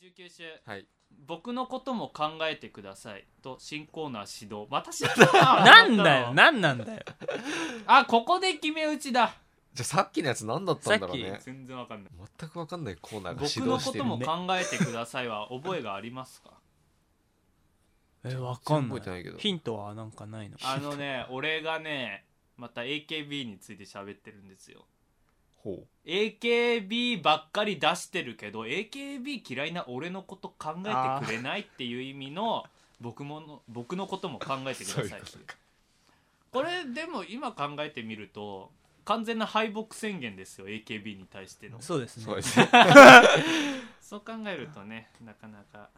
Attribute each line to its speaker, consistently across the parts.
Speaker 1: 19週
Speaker 2: はい。
Speaker 1: 僕のことも考えてくださいと新コーナー指導私だ
Speaker 3: なんだよ、なんなんだよ。
Speaker 1: あここで決め打ちだ
Speaker 2: じゃあさっきのやつ何だったんだろう
Speaker 3: さ
Speaker 2: ね。
Speaker 1: 全然わかんない
Speaker 2: 全くわかんないコーナーが
Speaker 1: 僕
Speaker 2: 指
Speaker 1: の
Speaker 2: 導
Speaker 1: こ
Speaker 2: して
Speaker 1: と
Speaker 2: る。
Speaker 1: も考えてくださいは覚えがありますか
Speaker 3: え、わかんな
Speaker 2: 覚えてない
Speaker 3: い
Speaker 2: けど。
Speaker 3: ヒントはなんかないの。
Speaker 1: あのね俺がねまた AKB について喋ってるんですよ
Speaker 2: ほ
Speaker 1: AKB ばっかり出してるけど AKB 嫌いな俺のこと考えてくれないっていう意味の僕もの僕のことも考えてくださいっていう
Speaker 2: そういうこ
Speaker 1: これでも今考えてみると完全な敗北宣言ですよ AKB に対しての
Speaker 3: そうです
Speaker 2: う。
Speaker 3: ね
Speaker 2: そう。です ね。
Speaker 1: そう考えるとねなかなか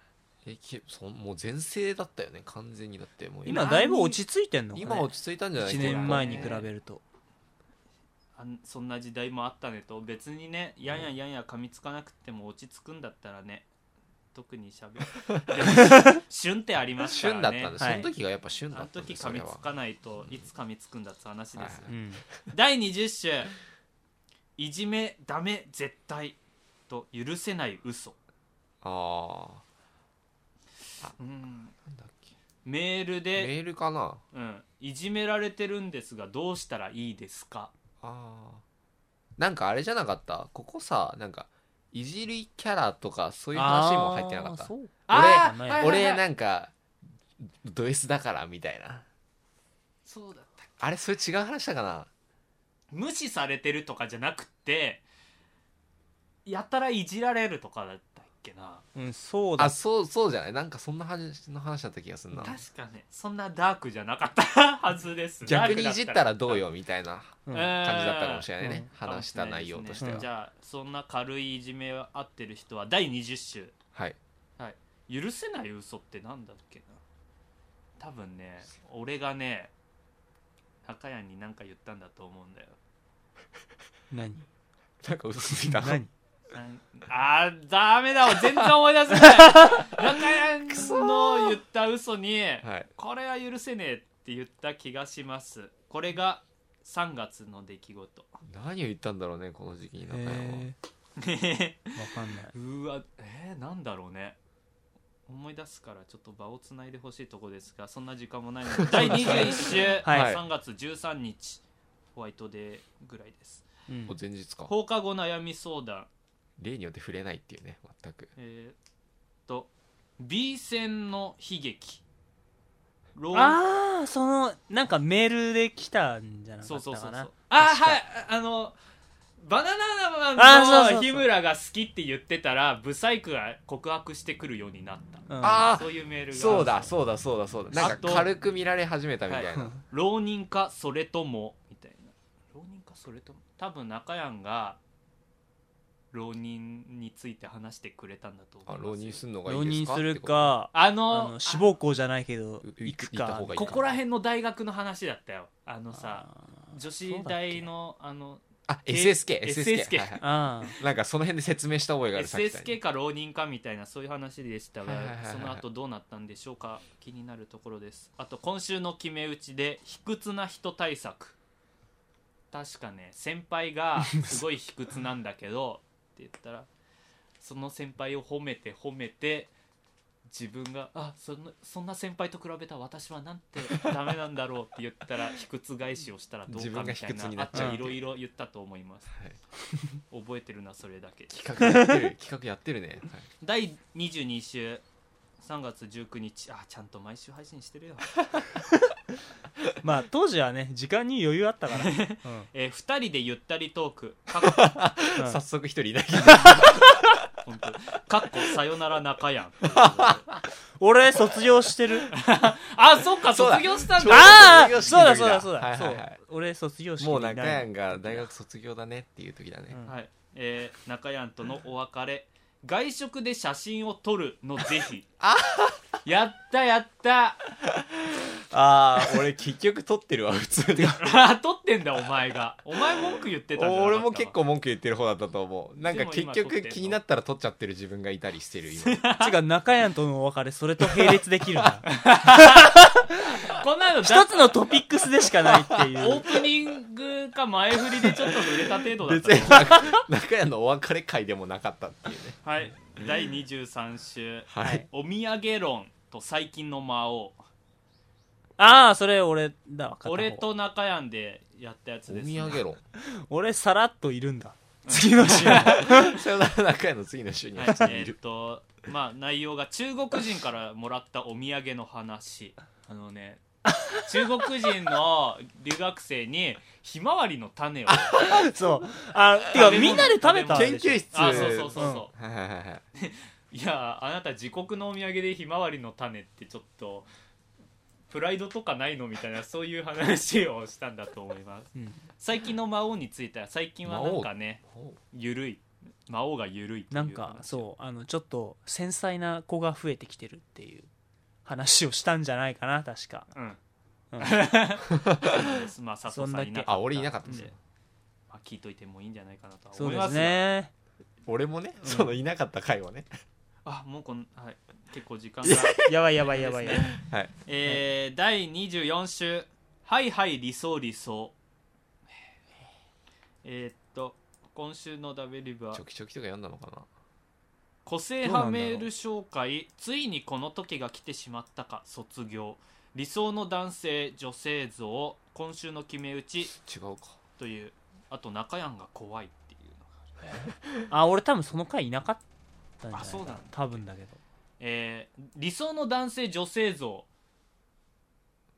Speaker 2: えきそんもう全盛だったよね。完全にだってもう
Speaker 3: 今、だいぶ落ち着いてんのかね
Speaker 2: 今落ち着いたんじゃない
Speaker 3: 1年前に比べると。
Speaker 1: あんそんな時代もあったねと別にねやんやんやんや噛みつかなくても落ち着くんだったらね特にしゃべ るでも旬ってありますか
Speaker 2: 旬だ
Speaker 1: ら
Speaker 2: っ
Speaker 1: ね
Speaker 2: たんで
Speaker 3: は
Speaker 2: その
Speaker 3: い
Speaker 2: 時がやっぱ旬だ
Speaker 1: あ
Speaker 2: っ
Speaker 1: の
Speaker 2: たん
Speaker 1: 時
Speaker 2: で
Speaker 1: 噛
Speaker 2: そ
Speaker 1: み
Speaker 2: れは
Speaker 1: つかないといつ噛みつくんだって話ですよ、
Speaker 2: はい
Speaker 3: うん。
Speaker 1: 第20種「いじめダメ絶対」と「許せない嘘
Speaker 2: ああ
Speaker 1: うん
Speaker 2: なんだっけ
Speaker 1: メールで、
Speaker 2: メールかな
Speaker 1: うん「いじめられてるんですがどうしたらいいですか?
Speaker 2: あーなんかあれじゃなかったここさなんかいじりキャラとかそういう話も入ってなかっ
Speaker 3: あー
Speaker 2: た
Speaker 3: そう
Speaker 1: あ
Speaker 3: ー
Speaker 1: ー」
Speaker 3: はい
Speaker 2: 俺なんかド S だからみたいな
Speaker 1: そうだった
Speaker 2: あれそれ違う話だかな
Speaker 1: 無視されてるとかじゃなくてやたらいじられるとかだったっけな
Speaker 3: うん、そうだ
Speaker 2: あ。そうそうじゃないなんかそんな話の話だった気がするな
Speaker 1: 確かねそんなダークじゃなかった はずです
Speaker 2: 逆にいじった
Speaker 1: ら
Speaker 2: らどうよみたいな
Speaker 3: うん
Speaker 2: 感じだったかもしれないね
Speaker 3: うん
Speaker 2: 話した内容として
Speaker 3: かも
Speaker 2: は
Speaker 3: し
Speaker 1: じゃあそんな軽いいじめは合ってる人は第20
Speaker 2: はい
Speaker 1: 種許せない嘘ってなんだっけな多分ね俺がね高谷に何か言ったんだと思うんだよ
Speaker 3: 何
Speaker 2: なんか嘘ついた
Speaker 3: 何
Speaker 1: なんあーダメだわ全然思い出せない中谷の言った嘘に
Speaker 2: はい
Speaker 1: これは許せねえって言った気がしますこれが3月の出来事
Speaker 2: 何を言ったんだろうねこの時期に中山は
Speaker 3: えー、わかんない。
Speaker 1: うわえー、なんだろうね思い出すからちょっと場をつないでほしいとこですがそんな時間もないので第21週、
Speaker 3: はい
Speaker 1: 3月13日ホワイトデーぐらいです
Speaker 3: うん
Speaker 2: お前日か
Speaker 1: 放課後悩み相談
Speaker 2: 例によって触れないっていうね全く
Speaker 1: えーっと B 戦の悲劇ロー
Speaker 3: ああ、その、なんかメールで来たんじゃなか
Speaker 1: そう
Speaker 3: った
Speaker 1: そうそ
Speaker 3: か
Speaker 1: うそう
Speaker 3: な。
Speaker 1: あはいあのバナナ
Speaker 3: あそう
Speaker 1: マ
Speaker 3: そう
Speaker 1: ン
Speaker 3: そ
Speaker 1: の
Speaker 3: う
Speaker 1: 日村が好きって言ってたらブサイクが告白してくるようになっ
Speaker 3: うん
Speaker 1: た
Speaker 2: あー
Speaker 1: そういうメールが
Speaker 2: そうだそうだそうだそうだな
Speaker 1: あ
Speaker 2: ん
Speaker 1: と
Speaker 2: か軽く見られ始めたみたいな、
Speaker 3: はい
Speaker 1: 浪人かそれともみたいな浪人かそれとも多分中山が浪人について話してくれたんだと思
Speaker 2: あ
Speaker 1: います
Speaker 2: 浪人するのがい
Speaker 3: 浪
Speaker 2: いで
Speaker 3: 人
Speaker 2: すか
Speaker 3: する
Speaker 2: って
Speaker 3: か、
Speaker 1: あ
Speaker 3: あ
Speaker 1: の
Speaker 3: の志望校じゃないけ
Speaker 2: う
Speaker 3: ど
Speaker 2: う
Speaker 3: 行く
Speaker 2: 行った
Speaker 3: か
Speaker 2: 方がいい
Speaker 1: ここら辺の大学の話だったよあのさ
Speaker 3: あー
Speaker 1: 女子大のあの
Speaker 2: ことあ
Speaker 1: え
Speaker 2: SSK
Speaker 1: SSK
Speaker 2: はいはい
Speaker 3: あ
Speaker 2: なんかその辺で説明した覚えがあるさっきさんに
Speaker 1: SSK か浪人かみたいなそういう話でしたが
Speaker 2: はいはいはいはい
Speaker 1: その後どうなったんでしょうか気になるところですあと今週の決め打ちで卑屈な人対策確かね先輩がすごい卑屈なんだけ どって言ったらその先輩を褒めて褒めて自分が「あそのそんな先輩と比べた私はなんてダメなんだろう」って言ったら卑屈返しをしたらどう
Speaker 2: 自
Speaker 1: かみ
Speaker 2: 分が卑
Speaker 1: たい
Speaker 2: 屈に
Speaker 1: な
Speaker 2: な
Speaker 1: あ
Speaker 2: っ
Speaker 3: ちゃう
Speaker 1: といろいろ言ったと思います
Speaker 2: はい
Speaker 1: 覚えてるなそれだけ
Speaker 2: 企画やってる企画やってるね、はい
Speaker 1: 第22週3月19日あちゃんと毎週配信してるよ、
Speaker 3: ー まあ当時はね時間に余裕あったから、 うん
Speaker 1: えー、2人でゆったりトークかっこ
Speaker 3: うん
Speaker 2: 早速一人いないけど
Speaker 1: 本当かっこさよなら中やん
Speaker 3: 俺卒業して る
Speaker 1: あそっか
Speaker 2: そうだ
Speaker 1: 卒業したん
Speaker 2: ちょうど
Speaker 1: だ
Speaker 3: ああ
Speaker 2: 卒業式
Speaker 3: そう
Speaker 2: の
Speaker 3: だ
Speaker 2: 時
Speaker 3: そうだそうだ、
Speaker 2: はいはいはい
Speaker 3: そう俺卒業式
Speaker 2: もう
Speaker 3: になる
Speaker 2: 中山が大学卒業だねっていう時だね、
Speaker 3: うん
Speaker 1: はいえー、中やんとのお別れ外食で写真を撮るのぜひやったやった
Speaker 2: ああ俺結局撮ってるわ普通 に
Speaker 1: あ撮ってんだお前がお前文句言ってたんだ
Speaker 2: 俺も結構文句言ってる方だったと思うなんか
Speaker 1: で
Speaker 2: 結
Speaker 1: も今撮って
Speaker 2: 局
Speaker 1: んの
Speaker 2: 気になったら撮っちゃってる自分がいたりして る今
Speaker 3: てか中山とのお別れそれと並列できるな
Speaker 1: こんなのだ
Speaker 3: 一つのトピックスでしかないってい
Speaker 1: オー
Speaker 3: う
Speaker 1: プニングか前振りでちょっと触れた程度だっ
Speaker 2: 別
Speaker 1: た
Speaker 2: に中山のお別れ会でもなかったっていうね
Speaker 1: はい、第23週
Speaker 2: はい。
Speaker 1: お土産論と最近の魔王
Speaker 3: ああそれ俺だわ片方
Speaker 1: 俺と中やんでやったや
Speaker 2: お
Speaker 1: つです、
Speaker 2: 土
Speaker 1: ね、
Speaker 2: 産論。
Speaker 3: 俺さらっといるんだ次の 週は
Speaker 2: さよなら中への次の週に
Speaker 1: はい
Speaker 2: は
Speaker 1: えーっとまあ内容が中国人からもらったお土産の話あのね中国人の留学生にひまわりの種を
Speaker 3: そうあてかみんなで食べたんでしょ
Speaker 2: 研究室
Speaker 1: あそうそうそうそう、
Speaker 2: はいはいはいはい。
Speaker 1: いやあなた自国のお土産でひまわりの種ってちょっとプライドとかないのみたいなそういう話をしたんだと思います
Speaker 3: うん
Speaker 1: 最近の魔王については最近はなんかねゆるい魔王がゆるいという
Speaker 3: なんかそうあのちょっと繊細な子が増えてきてるっていう話をしたんじゃないかな確か
Speaker 1: ううん、
Speaker 3: うん
Speaker 1: そうです まあ佐藤
Speaker 3: そん
Speaker 1: さ
Speaker 3: だ
Speaker 1: ん
Speaker 3: け
Speaker 1: いなかった
Speaker 2: あ、俺いなかった
Speaker 1: ん
Speaker 2: です
Speaker 1: で
Speaker 2: よ。
Speaker 1: まあ、聞いといてもいいんじゃないかなとは
Speaker 3: そ
Speaker 1: 思
Speaker 3: う
Speaker 1: い
Speaker 3: で
Speaker 1: ますすが
Speaker 3: ね
Speaker 2: 俺もね、
Speaker 3: うん
Speaker 2: そのいなかった回はね。
Speaker 1: あもうこん、はい、結構時間 が
Speaker 3: やばいやばいやばいやば
Speaker 2: は
Speaker 3: い
Speaker 2: い。
Speaker 1: えー、第24週「はいはい理想理想」えーっと今週の W は
Speaker 2: ちょきちょきとか読んだのかな。
Speaker 1: 個性派メール紹介ついにこの時が来てしまったか卒業理想の男性女性像今週の決め打ち
Speaker 2: 違うか。
Speaker 1: というあと中やんが怖いっていうのが
Speaker 3: あ俺多分その回いなかったんじゃないかな
Speaker 1: あそうなんだ
Speaker 3: 多分だけど
Speaker 1: えー理想の男性女性像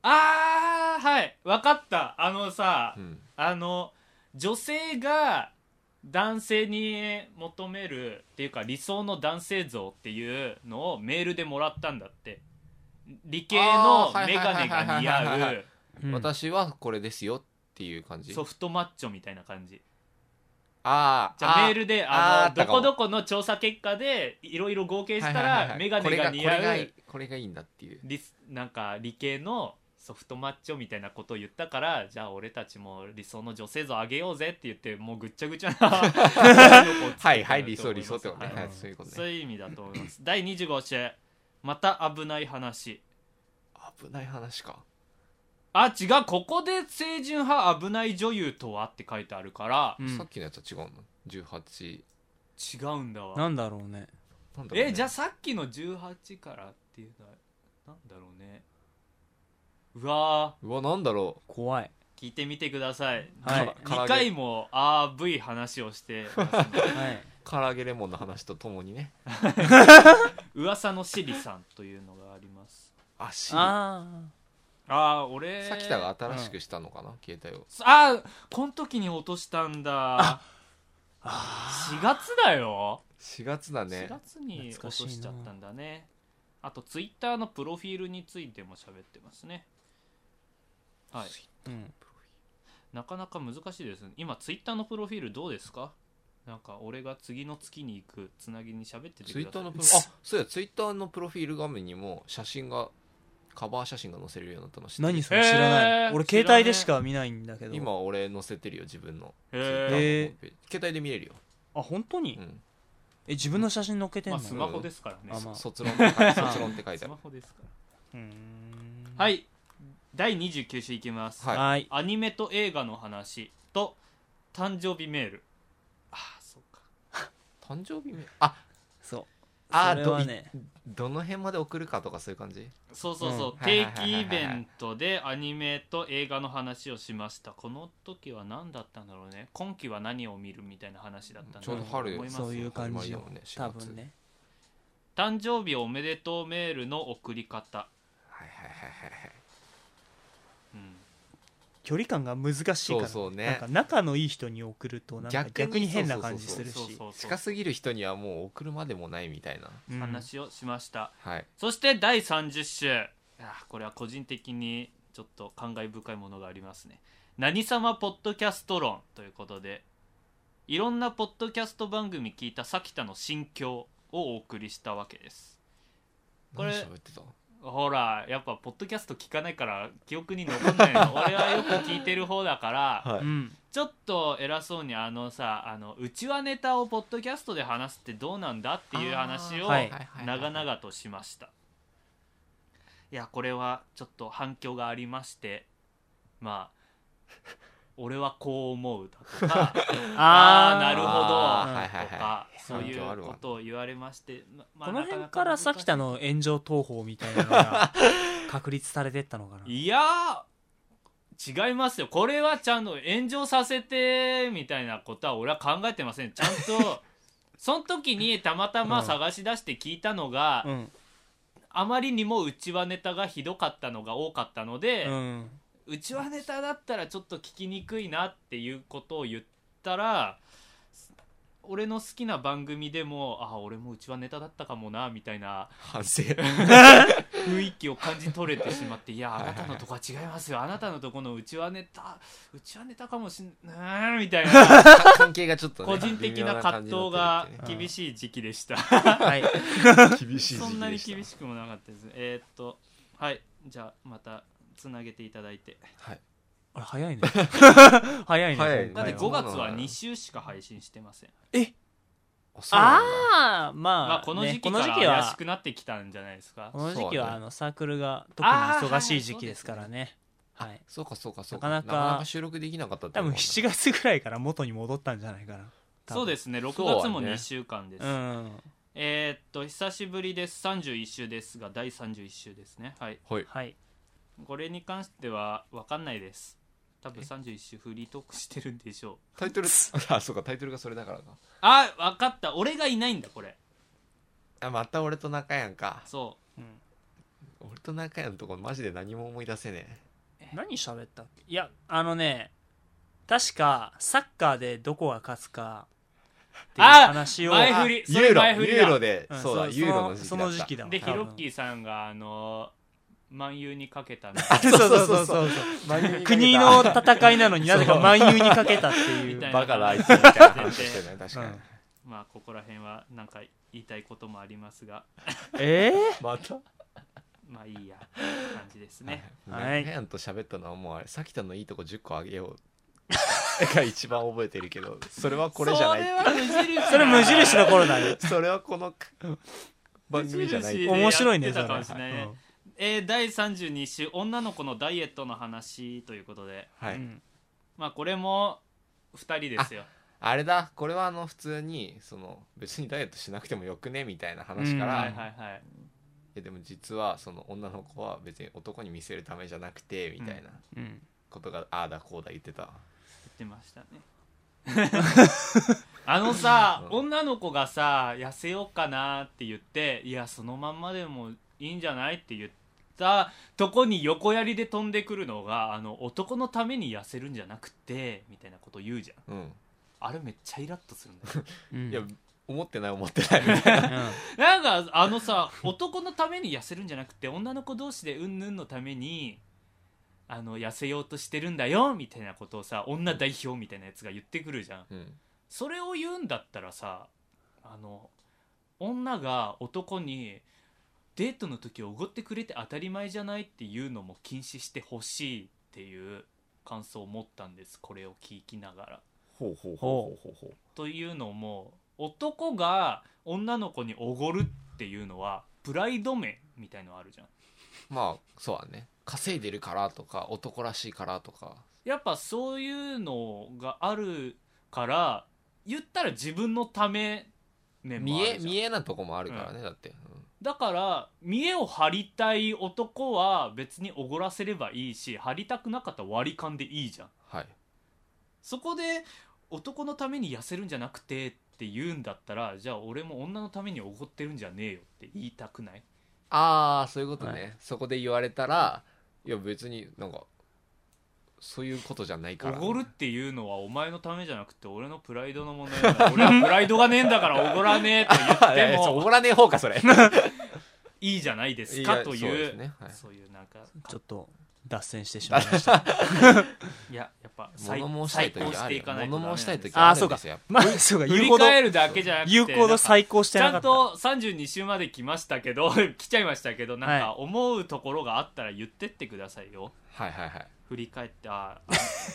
Speaker 1: あーはい分かったあのさ、
Speaker 2: うん。
Speaker 1: あの女性が男性に求めるっていうか理想の男性像っていうのをメールでもらったんだって理系の
Speaker 2: あーはい
Speaker 1: 眼
Speaker 2: はいは
Speaker 1: 鏡
Speaker 2: いはい
Speaker 1: が
Speaker 2: はい
Speaker 1: 似
Speaker 2: はいはい
Speaker 1: 合う
Speaker 3: うん
Speaker 2: 私はこれですよっていう感じ。
Speaker 1: ソフトマッチョみたいな感じ
Speaker 2: あー
Speaker 1: じゃあ
Speaker 2: ー
Speaker 1: メールで
Speaker 2: あー
Speaker 1: あ
Speaker 2: あっ
Speaker 1: のど
Speaker 2: たかも
Speaker 1: こどこの調査結果でいろいろ合計した
Speaker 2: はいはい
Speaker 1: ら
Speaker 2: はい
Speaker 1: 眼鏡が似合
Speaker 2: これがこれがいういこれがいいんだっていう
Speaker 1: リスなんか理系のソフトマッチョみたいなことを言ったからじゃあ俺たちも理想の女性像上げようぜって言ってもうぐっちゃぐちゃな
Speaker 2: はいはい理想理想ってことね、
Speaker 1: はい
Speaker 2: はいそういうこと
Speaker 1: そう
Speaker 2: ね
Speaker 1: いう意味だと思います第25週また危ない話
Speaker 2: 危ない話か
Speaker 1: あ違うここで清純派危ない女優とはって書いてあるから
Speaker 3: うん
Speaker 2: さっきのやつは違うの18
Speaker 1: 違うんだわ
Speaker 3: なんだろうね
Speaker 2: なんだろうね
Speaker 1: えじゃあさっきの18からっていうのはなんだろうねうわ
Speaker 2: うわなんだろ
Speaker 3: 怖い
Speaker 1: ー聞いてみてください、
Speaker 3: はい
Speaker 2: 唐揚げ
Speaker 1: 2回も RV 話をしてますね
Speaker 3: はい
Speaker 2: 唐揚げレモンの話とともにね
Speaker 1: 噂のシリさんというのがあります
Speaker 2: 足さ
Speaker 3: あ
Speaker 1: ああ俺
Speaker 2: きたが新しくしたのかな、携帯を
Speaker 1: あーこの時に落としたんだ4月だよ
Speaker 2: 4月だ
Speaker 1: 4
Speaker 2: ね
Speaker 1: 月に落と
Speaker 3: 懐かしいな
Speaker 1: しちゃったんだねあとツイッターのプロフィールについても喋ってますねはい
Speaker 3: あうん
Speaker 1: なかなか難しいですね今ツイッターのプロフィールどうですかなんか俺が次の月に行くつなぎに喋ってて
Speaker 2: ツ
Speaker 1: く
Speaker 2: イ
Speaker 1: だ
Speaker 2: ッ
Speaker 1: さい
Speaker 2: ターのプロあそうやツイッターのプロフィール画面にも写真がカバー写真が載せれるようになったの知ってる
Speaker 3: 何それ知らない、
Speaker 1: えー
Speaker 3: 俺携帯でしか見ないんだけど
Speaker 2: 今俺載せてるよ自分の
Speaker 1: へ
Speaker 2: ツイッターのホ
Speaker 1: え
Speaker 3: え
Speaker 2: ームページ携帯で見れるよ、
Speaker 3: あ本当に、
Speaker 2: うん、
Speaker 3: え自分の写真載っけてん
Speaker 1: ま
Speaker 3: の、
Speaker 1: あスマホですからね、
Speaker 3: あまあ
Speaker 2: 卒論って書 いて卒論って書いて
Speaker 1: ス
Speaker 2: ある
Speaker 1: マホですから
Speaker 3: うーん
Speaker 1: はい第29週いきます、
Speaker 2: はい
Speaker 3: はい
Speaker 1: アニメと映画の話と誕生日メールああそうか
Speaker 2: 誕生日めあ
Speaker 3: そう
Speaker 2: あ
Speaker 3: それはね
Speaker 2: どの辺まで送るかとかそういう感じ
Speaker 1: そうそうそう、
Speaker 3: う
Speaker 1: 定期イベントでアニメと映画の話をしましたこの時は何だったんだろうね今期は何を見るみたいな話だったんだ
Speaker 2: ちょう
Speaker 1: ろ
Speaker 2: ど春
Speaker 1: 思います
Speaker 3: そういう感
Speaker 2: 始まり
Speaker 3: じ
Speaker 2: だ
Speaker 3: よ
Speaker 2: もんね
Speaker 3: 多
Speaker 2: 4月
Speaker 3: 分ね
Speaker 1: 誕生日おめでとうメールの送り方、
Speaker 2: はいはいはいはいはい
Speaker 1: うん、
Speaker 3: 距離感が難しいから
Speaker 2: そうそうね
Speaker 3: なんか仲のいい人に送るとなんか
Speaker 2: 逆に
Speaker 3: 逆に変な感じする
Speaker 1: そう
Speaker 3: し
Speaker 1: そうそう
Speaker 2: 近すぎる人にはもう送るまでもないみたいな
Speaker 3: うん
Speaker 1: 話をしました、
Speaker 2: はい
Speaker 1: そして第30週あこれは個人的にちょっと感慨深いものがありますね何様ポッドキャスト論ということでいろんなポッドキャスト番組聞いた咲田の心境をお送りしたわけですこれ
Speaker 2: 何喋ってた
Speaker 1: ほらやっぱポッドキャスト聞かないから記憶に残んない の俺はよく聞いてる方だから、
Speaker 2: は
Speaker 3: うん
Speaker 1: ちょっと偉そうにあのさあのうちわネタをポッドキャストで話すってどうなんだっていう話を
Speaker 3: あーはい
Speaker 1: 長々としましたいやこれはちょっと反響がありましてまあ俺はこう思う」だとかあ
Speaker 3: あ
Speaker 1: あ
Speaker 3: ー
Speaker 1: なるほど
Speaker 2: あー
Speaker 3: は
Speaker 2: は
Speaker 3: い
Speaker 2: いはい
Speaker 1: とかそうい
Speaker 2: 環境あ
Speaker 1: う
Speaker 2: るわ
Speaker 1: ことを言われまして、ままあ
Speaker 3: この
Speaker 1: な
Speaker 3: 辺
Speaker 1: な
Speaker 3: からさ
Speaker 1: 難し
Speaker 3: き
Speaker 1: い
Speaker 3: たの炎上投法みたいなの が確立されてったのかない
Speaker 1: やー違いますよこれはちゃんと炎上させてみたいなことは俺は考えてませんちゃん とその時にたまたま探し出して聞いたのが、
Speaker 3: うん
Speaker 1: あまりにもうちわネタがひどかったのが多かったので、
Speaker 3: うん
Speaker 1: うちわネタだったらちょっと聞きにくいなっていうことを言ったら俺の好きな番組でもあ俺もうちわネタだったかもなみたいな
Speaker 2: 反省
Speaker 1: 雰囲気を感じ取れてしまっていや
Speaker 2: はい
Speaker 1: あ
Speaker 2: はい
Speaker 1: なた
Speaker 2: はい
Speaker 1: のとこは違いますよあなたのとこのうちわネタうちわネタかもしんないみたいな
Speaker 2: か関係がちょっとね
Speaker 1: 個人的な葛藤が厳しい時期でした
Speaker 3: はい
Speaker 2: 厳しい時期でした
Speaker 1: そんなに厳しくもなかったですねえーっとはいじゃあまたつなげていただいて
Speaker 2: はい
Speaker 3: あれ早いね 早いね
Speaker 2: 早い
Speaker 1: だ
Speaker 3: 今
Speaker 1: っ
Speaker 3: 回
Speaker 1: て5
Speaker 3: は
Speaker 1: 月は2週しか配信してません
Speaker 2: あそうなんだ
Speaker 3: ああまあ、
Speaker 1: まあこの時
Speaker 3: ね
Speaker 1: 期
Speaker 3: こ
Speaker 1: か
Speaker 3: の
Speaker 1: ら
Speaker 3: 時期
Speaker 1: 怪し
Speaker 3: は
Speaker 1: くなってきたんじゃないですか
Speaker 3: この時期
Speaker 2: そう
Speaker 3: は
Speaker 2: ね
Speaker 3: あのサークルが特に忙しい時期ですからね
Speaker 2: あ
Speaker 3: はい
Speaker 2: そうかそうかそう
Speaker 3: なかなか
Speaker 2: 収録できなかったって
Speaker 3: 多
Speaker 2: ことなん
Speaker 3: 分
Speaker 2: だ
Speaker 3: 7月ぐらいから元に戻ったんじゃないかな多分
Speaker 1: そうですね6
Speaker 2: そう
Speaker 1: 月
Speaker 2: は
Speaker 1: も
Speaker 2: ね
Speaker 1: 2週間です、
Speaker 3: うん
Speaker 1: えーっと久しぶりです31週ですが第31週ですねはい
Speaker 2: はい
Speaker 3: はい
Speaker 1: これに関しては分かんないです多分31週フリートークしてるんでしょう
Speaker 2: タイトル あそうかタイトルがそれだからか
Speaker 1: あ分かった俺がいないんだこれ
Speaker 2: あまた俺と仲やんか
Speaker 1: そ
Speaker 3: うん
Speaker 2: 俺と仲やんとこマジで何も思い出せねえ
Speaker 3: 何喋ったっけいやあのね確かサッカーでどこが勝つかっていう話
Speaker 1: う
Speaker 3: を
Speaker 1: 前
Speaker 2: あ
Speaker 1: 振りそ
Speaker 2: ユー
Speaker 1: れ
Speaker 2: ロ
Speaker 1: 前振りだ
Speaker 2: ユーロで
Speaker 3: ん
Speaker 2: そうだユーロの時期だった
Speaker 3: その時期だわ
Speaker 1: で
Speaker 3: 多
Speaker 1: ヒロ
Speaker 3: 分
Speaker 1: ッキーさんがあの万有にかけ たみ
Speaker 3: あそうそうそ
Speaker 2: そ
Speaker 3: うそうう
Speaker 2: 真面目に
Speaker 3: 国の戦いなのになぜか万有にかけたっていう
Speaker 1: みたいな
Speaker 2: バカなあいつみたいな話してたね確かに
Speaker 3: うん
Speaker 1: まあここら辺はなんか言いたいこともありますが
Speaker 3: え
Speaker 2: また
Speaker 1: まあいいやって感じですね
Speaker 3: はい
Speaker 2: 仲やんと喋ったのはもうあれさきたのいいとこ10個あげようが一番覚えてるけどそれはこれじゃない
Speaker 1: それは無印
Speaker 3: ー、それ無印の頃だね
Speaker 2: それはこの番組じゃな
Speaker 1: 無
Speaker 2: い
Speaker 1: 印
Speaker 3: 面白いねそ
Speaker 1: や
Speaker 3: れ
Speaker 1: ってたかもしれないねえー第32週女の子のダイエットの話ということで
Speaker 3: うん
Speaker 2: は
Speaker 3: う
Speaker 2: い
Speaker 3: ん
Speaker 1: まあこれも2人ですよ
Speaker 2: あれだこれはあの普通にその別にダイエットしなくてもよくねみたいな話か
Speaker 3: あ
Speaker 2: ら、
Speaker 1: はい
Speaker 2: い
Speaker 3: うん
Speaker 1: はいはい
Speaker 2: やでも実はその女の子は別に男に見せるためじゃなくてみたいな
Speaker 3: うん
Speaker 2: ことがああだこうだ言ってた
Speaker 1: 言ってましたね あのさ
Speaker 2: うん
Speaker 1: 女の子がさ痩せようかなって言っていやそのまんまでもいいんじゃないって言ったとこに横やりで飛んでくるのがあの男のために痩せるんじゃなくてみたいなこと言うじゃん
Speaker 2: うん
Speaker 1: あれめっちゃイラッとするんだよ
Speaker 3: うん
Speaker 2: い や思ってない思ってないみ たいな
Speaker 1: なんかあのさ男のために痩せるんじゃなくて女の子同士でうんぬんのためにあの痩せようとしてるんだよみたいなことをさ女代表みたいなやつが言ってくるじゃん
Speaker 2: うん
Speaker 1: それを言うんだったらさあの女が男にデートの時おごってくれて当たり前じゃないっていうのも禁止してほしいっていう感想を持ったんですこれを聞きながら。
Speaker 2: ほうほうほうほうほうほう
Speaker 1: というのも男が女の子におごるっていうのはプライド面みたいのあるじゃん。
Speaker 2: まあそうだね稼いでるからとか男らしいからとか
Speaker 1: やっぱそういうのがあるから言ったら自分のため面もある
Speaker 2: 見
Speaker 1: じゃ
Speaker 2: え
Speaker 1: ん
Speaker 2: 見えなとこもあるからね、だって、
Speaker 1: だから見栄を張りたい男は別におごらせればいいし張りたくなかったら割り勘でいいじゃん
Speaker 2: うんはい
Speaker 1: そこで男のために痩せるんじゃなくてって言うんだったらじゃあ俺も女のためにおごってるんじゃねえよって言いたくない
Speaker 2: ああそういうことね、
Speaker 3: は
Speaker 2: そこで言われたらいや別になんかそういうことじゃないから、
Speaker 1: おごるっていうのはお前のためじゃなくて俺のプライドの問題だ から俺はプライドがねえんだからおごらねえって
Speaker 2: あい
Speaker 1: 言っ
Speaker 2: やい
Speaker 1: て
Speaker 2: やそうお
Speaker 1: も
Speaker 2: ごらねえ方かそれ
Speaker 1: いいじゃないです
Speaker 2: い
Speaker 1: か
Speaker 2: や
Speaker 1: と
Speaker 2: そう
Speaker 1: い
Speaker 2: です
Speaker 1: う
Speaker 2: ねはい
Speaker 1: そういうなんか
Speaker 3: ちょっと脱線してしまいました
Speaker 1: いややっぱ再
Speaker 2: 物申したい
Speaker 1: 再
Speaker 2: 時
Speaker 1: 考
Speaker 2: あ
Speaker 1: していかないと
Speaker 2: る
Speaker 1: ダメな
Speaker 2: 物
Speaker 1: んです
Speaker 2: 申したい
Speaker 1: よ
Speaker 2: 時あるん
Speaker 3: あ
Speaker 2: で
Speaker 3: ー
Speaker 2: すよやっぱ
Speaker 3: まあそうか
Speaker 1: 振
Speaker 3: 言う
Speaker 1: り
Speaker 3: ほど
Speaker 1: 返るだけじゃなくて
Speaker 3: 言うほど最高し
Speaker 1: ち
Speaker 3: てな
Speaker 1: ゃ
Speaker 3: か
Speaker 1: ん
Speaker 3: った
Speaker 1: と32週まで来ましたけど 来ちゃいましたけどなんか
Speaker 3: は
Speaker 1: 思うところがあったら言ってってくださいよ
Speaker 2: はいはいはい
Speaker 1: 振り返ってあ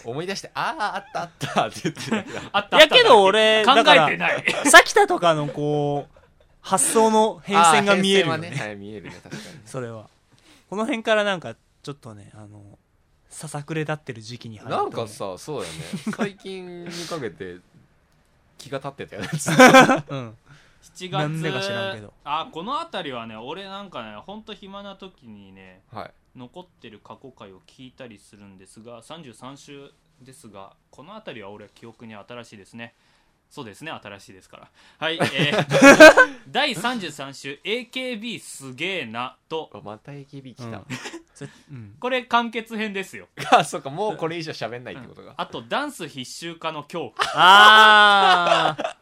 Speaker 2: 思い出してあああったあったって言ってるだ けだ
Speaker 1: あった
Speaker 3: いやけど
Speaker 1: あった
Speaker 3: 俺
Speaker 1: 考
Speaker 3: だから
Speaker 1: えてない
Speaker 3: さきたとかのこう発想の変遷が見えるよ
Speaker 2: あー
Speaker 3: ね
Speaker 2: 変遷はねはい見えるね確かに
Speaker 3: それはこの辺からなんかちょっとねあのささくれ立ってる時期に入る
Speaker 2: な
Speaker 3: とね
Speaker 2: んかさそうやね最近にかけて気が立って たよね
Speaker 3: うん
Speaker 1: 7月
Speaker 3: なんでか知らんけど
Speaker 1: あこの辺りはね俺なんかねほんと暇な時にね
Speaker 2: はい
Speaker 1: 残ってる過去回を聞いたりするんですが33週ですがこの辺りは俺は記憶に新しいですねそうですね新しいですからはい、えー、 第33週 AKB すげえなと
Speaker 2: あまた AKB 来た、
Speaker 3: うんそれうん
Speaker 1: これ完結編ですよ、
Speaker 2: あそっかもうこれ以上喋んないってことが、
Speaker 1: あとダンス必修化の今日
Speaker 3: ああ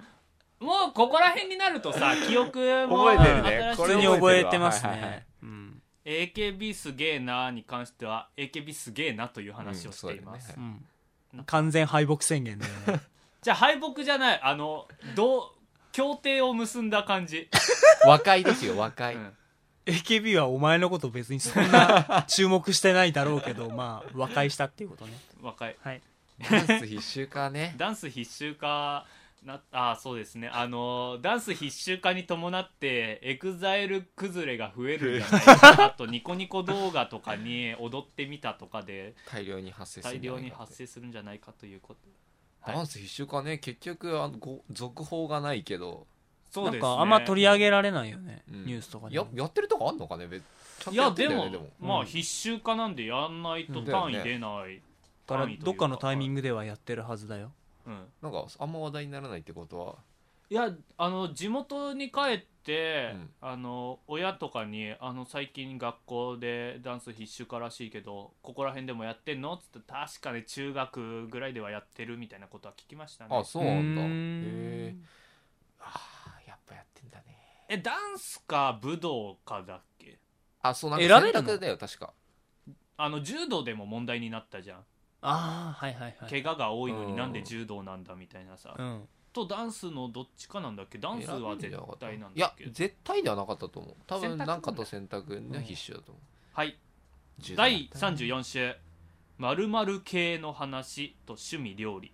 Speaker 1: もうここら辺になるとさ記憶も
Speaker 2: 覚えてる
Speaker 1: 新し
Speaker 2: ね
Speaker 1: い
Speaker 2: こ
Speaker 3: 普
Speaker 2: れ
Speaker 3: 通に
Speaker 2: も
Speaker 3: 覚えてます
Speaker 2: はいはいはい
Speaker 3: ねうん、
Speaker 1: AKB すげえなに関しては AKB すげえなという話をしています、
Speaker 2: うんそうだよね
Speaker 3: うん、完全敗北宣言だよ ね
Speaker 1: じゃあ敗北じゃないあのどう協定を結んだ感じ、
Speaker 2: 和解ですよ和解、
Speaker 1: うん、
Speaker 3: AKB はお前のこと別にそん な注目してないだろうけどまあ和解したっていうことね
Speaker 1: 若い
Speaker 3: はい
Speaker 2: ダンス必修かね
Speaker 1: ダンス必修化なあそうですねあのダンス必修化に伴ってエグザイル崩れが増えるんじゃないかなあとニコニコ動画とかに踊ってみたとかで
Speaker 2: 大量に発生す
Speaker 1: 大
Speaker 2: るんじゃ
Speaker 1: 量
Speaker 2: ない
Speaker 1: に
Speaker 2: かって
Speaker 1: 発生するんじゃないかということはい
Speaker 2: ダンス必修かね結局あのご続報がないけど
Speaker 1: そうです、ね、
Speaker 3: なんかあんま取り上げられないよね、
Speaker 2: うん
Speaker 3: ニュースとかで
Speaker 2: ややってるとこあんのかね別ちゃん
Speaker 1: い
Speaker 2: とや
Speaker 1: や
Speaker 2: って
Speaker 1: で
Speaker 2: んだよ
Speaker 1: も
Speaker 2: ね
Speaker 1: ま
Speaker 3: う
Speaker 1: あ
Speaker 3: ん
Speaker 1: 必修化なんでやんないと単位出ない、
Speaker 3: だから
Speaker 1: 単位という
Speaker 3: どっかのタイミ
Speaker 1: グ、
Speaker 3: ングではやってるはずだよ
Speaker 1: うん
Speaker 2: なんかあんま話題にならないってことはい
Speaker 1: やあの地元に帰って、
Speaker 2: うん
Speaker 1: あの親とかにあの最近学校でダンス必修からしいけどここら辺でもやってんのっつって確かね中学ぐらいではやってるみたいなことは聞きましたね
Speaker 2: あそうなんだ
Speaker 3: う
Speaker 2: へ
Speaker 3: ー
Speaker 2: えあーやっぱやってんだね
Speaker 1: えダンスか武道かだっけ
Speaker 2: あそうなん
Speaker 3: 選
Speaker 2: か
Speaker 3: べ
Speaker 2: 選
Speaker 3: るの
Speaker 2: 択だよ確か
Speaker 1: あの柔道でも問題になったじゃん、
Speaker 3: ああはいはいはい
Speaker 1: 怪我が多いの
Speaker 2: う
Speaker 1: に
Speaker 2: ん
Speaker 1: なんで柔道なんだみたいなさ、
Speaker 3: うん
Speaker 1: とダンスのどっちかなんだっけダンスは絶対なんだっけ
Speaker 2: いや絶対ではなかったと思う多
Speaker 1: 選択
Speaker 2: 分
Speaker 1: なんだ
Speaker 2: なんかと選択が必修だと思
Speaker 1: はい、
Speaker 2: う、10
Speaker 1: 第34週「まる系の話と趣味料理」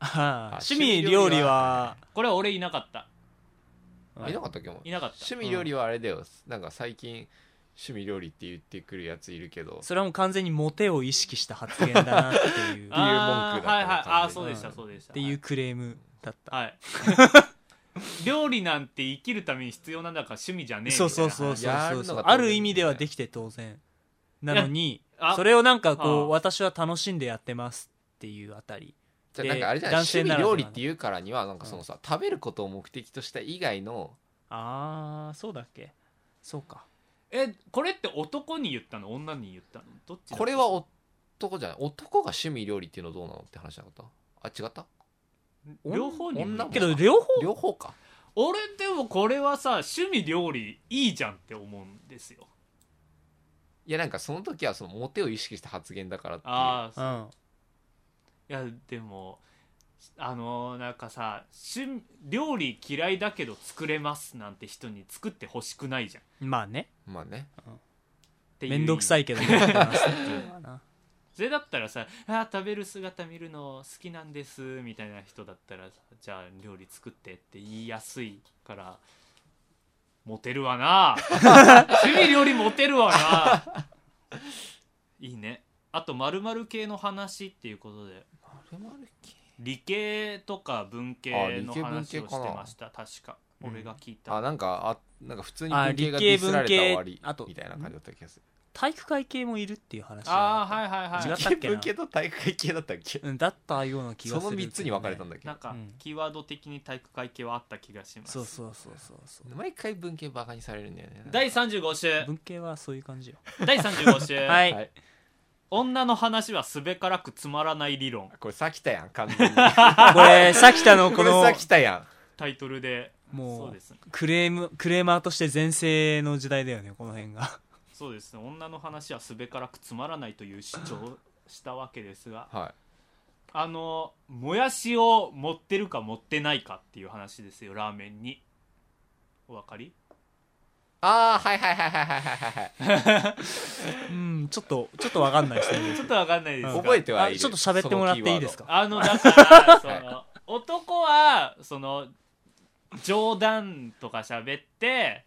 Speaker 3: あー
Speaker 2: あ
Speaker 3: 趣味料理は
Speaker 1: これは俺いなかった
Speaker 2: あいなかったっけお前
Speaker 1: いなかった
Speaker 2: 趣味料理はあれだよ、なんか最近趣味料理って言ってくるやついるけど
Speaker 3: それはもう完全にモテを意識した発言だなっていう
Speaker 2: あ
Speaker 1: あー
Speaker 2: っていう文句だった
Speaker 1: はいはいああー
Speaker 2: 完全に
Speaker 1: そうでした
Speaker 3: うん
Speaker 1: そうでした
Speaker 3: っていうクレームだった、
Speaker 1: はい、はい 料理なんて生きるために必要なんだから趣味じゃねえ
Speaker 3: そうそうそう
Speaker 1: み
Speaker 3: そうそ
Speaker 2: やる
Speaker 3: うそう
Speaker 2: のが当然
Speaker 3: ある意味ではできて当然なのに
Speaker 1: あ
Speaker 3: それをなんかこ
Speaker 1: あ
Speaker 3: う私は楽しんでやってますっていうあたり
Speaker 2: じゃあなんかあれじゃない
Speaker 3: 男性
Speaker 2: 趣
Speaker 3: なら
Speaker 2: 味
Speaker 3: で
Speaker 2: 料
Speaker 3: は
Speaker 2: 理っていうからにはなんかそのさ、食べることを目的とした以外の
Speaker 3: ああそうだっけそうか
Speaker 1: たいなえこれって男に言ったの女に言ったのどっちだ
Speaker 2: これは男じゃない男が趣味料理っていうのどうなのって話じゃなかったあ違った
Speaker 1: 両方に
Speaker 2: 女も
Speaker 3: けど両方
Speaker 2: 両方か
Speaker 1: 俺でもこれはさ趣味料理いいじゃんって思うんですよ
Speaker 2: いやなんかその時はそのモテを意識した発言だからっていう
Speaker 1: あ
Speaker 3: う
Speaker 1: あ
Speaker 3: ん
Speaker 1: いやでもあのーなんかさ趣味料理嫌いだけど作れますなんて人に作ってほしくないじゃんっ
Speaker 3: まあね
Speaker 2: まあね
Speaker 1: ていう
Speaker 3: めんどくさいけどやってますっていうのはな
Speaker 1: それだったらさ「あー食べる姿見るの好きなんです」みたいな人だったらさじゃあ料理作ってって言いやすいからモテるわ な趣味料理モテるわないいねあと〇〇系の話っていうことで
Speaker 2: 丸々系
Speaker 1: 理系とか文系
Speaker 2: あ理
Speaker 1: の
Speaker 2: 系文
Speaker 1: 話
Speaker 2: 系
Speaker 1: を
Speaker 2: か
Speaker 1: して
Speaker 2: な
Speaker 1: ました確か
Speaker 3: うん
Speaker 1: 俺が聞いた、
Speaker 2: あなんかあなんか普通に
Speaker 3: あ
Speaker 2: 文系が
Speaker 3: 理
Speaker 2: デ
Speaker 3: 系
Speaker 2: ィスられたら終わ
Speaker 3: 文
Speaker 2: り
Speaker 3: 系あと
Speaker 2: みたいな感じだった気がする
Speaker 3: 体育会系もいるっていう話
Speaker 1: あ
Speaker 3: い、
Speaker 1: ーはいはい
Speaker 3: 違
Speaker 1: は
Speaker 3: っ
Speaker 1: い
Speaker 3: たっけな
Speaker 2: 文系と体育会系だったっけ
Speaker 3: うん、だったような気が
Speaker 2: その
Speaker 3: するけどね、
Speaker 2: 3つに分かれたんだっけ
Speaker 1: なんか、
Speaker 3: うん
Speaker 1: キーワード的に体育会系はあった気がします
Speaker 3: そうそうそうそうそう
Speaker 2: 毎回文系バカにされるんだよね
Speaker 1: 第35週
Speaker 3: 文系はそういう感じよ
Speaker 1: 第35週
Speaker 3: は
Speaker 2: はいい
Speaker 1: 女の話はすべからくつまらない理論
Speaker 2: これさきたやん完全に
Speaker 3: これさきた の
Speaker 2: こ
Speaker 3: こ
Speaker 2: れ
Speaker 3: の
Speaker 2: さきたや
Speaker 1: タイトルで
Speaker 3: もう
Speaker 1: そうですね
Speaker 3: クレームクレーマーとして全盛の時代だよねこの辺が
Speaker 1: そうですね女の話はすべからくつまらないという主張をしたわけですが
Speaker 2: んはい
Speaker 1: あのもやしを持ってるか持ってないかっていう話ですよラーメンにお分かり
Speaker 2: ああはいはいはいはいはいはいはい
Speaker 3: うんちょっとちょっとわかんないです ね
Speaker 1: ちょっと分かんないですが
Speaker 2: 覚えてはい
Speaker 3: あ
Speaker 2: る
Speaker 3: ちょっと喋ってもらっていいですか
Speaker 1: あのだからその男はその冗談とか喋って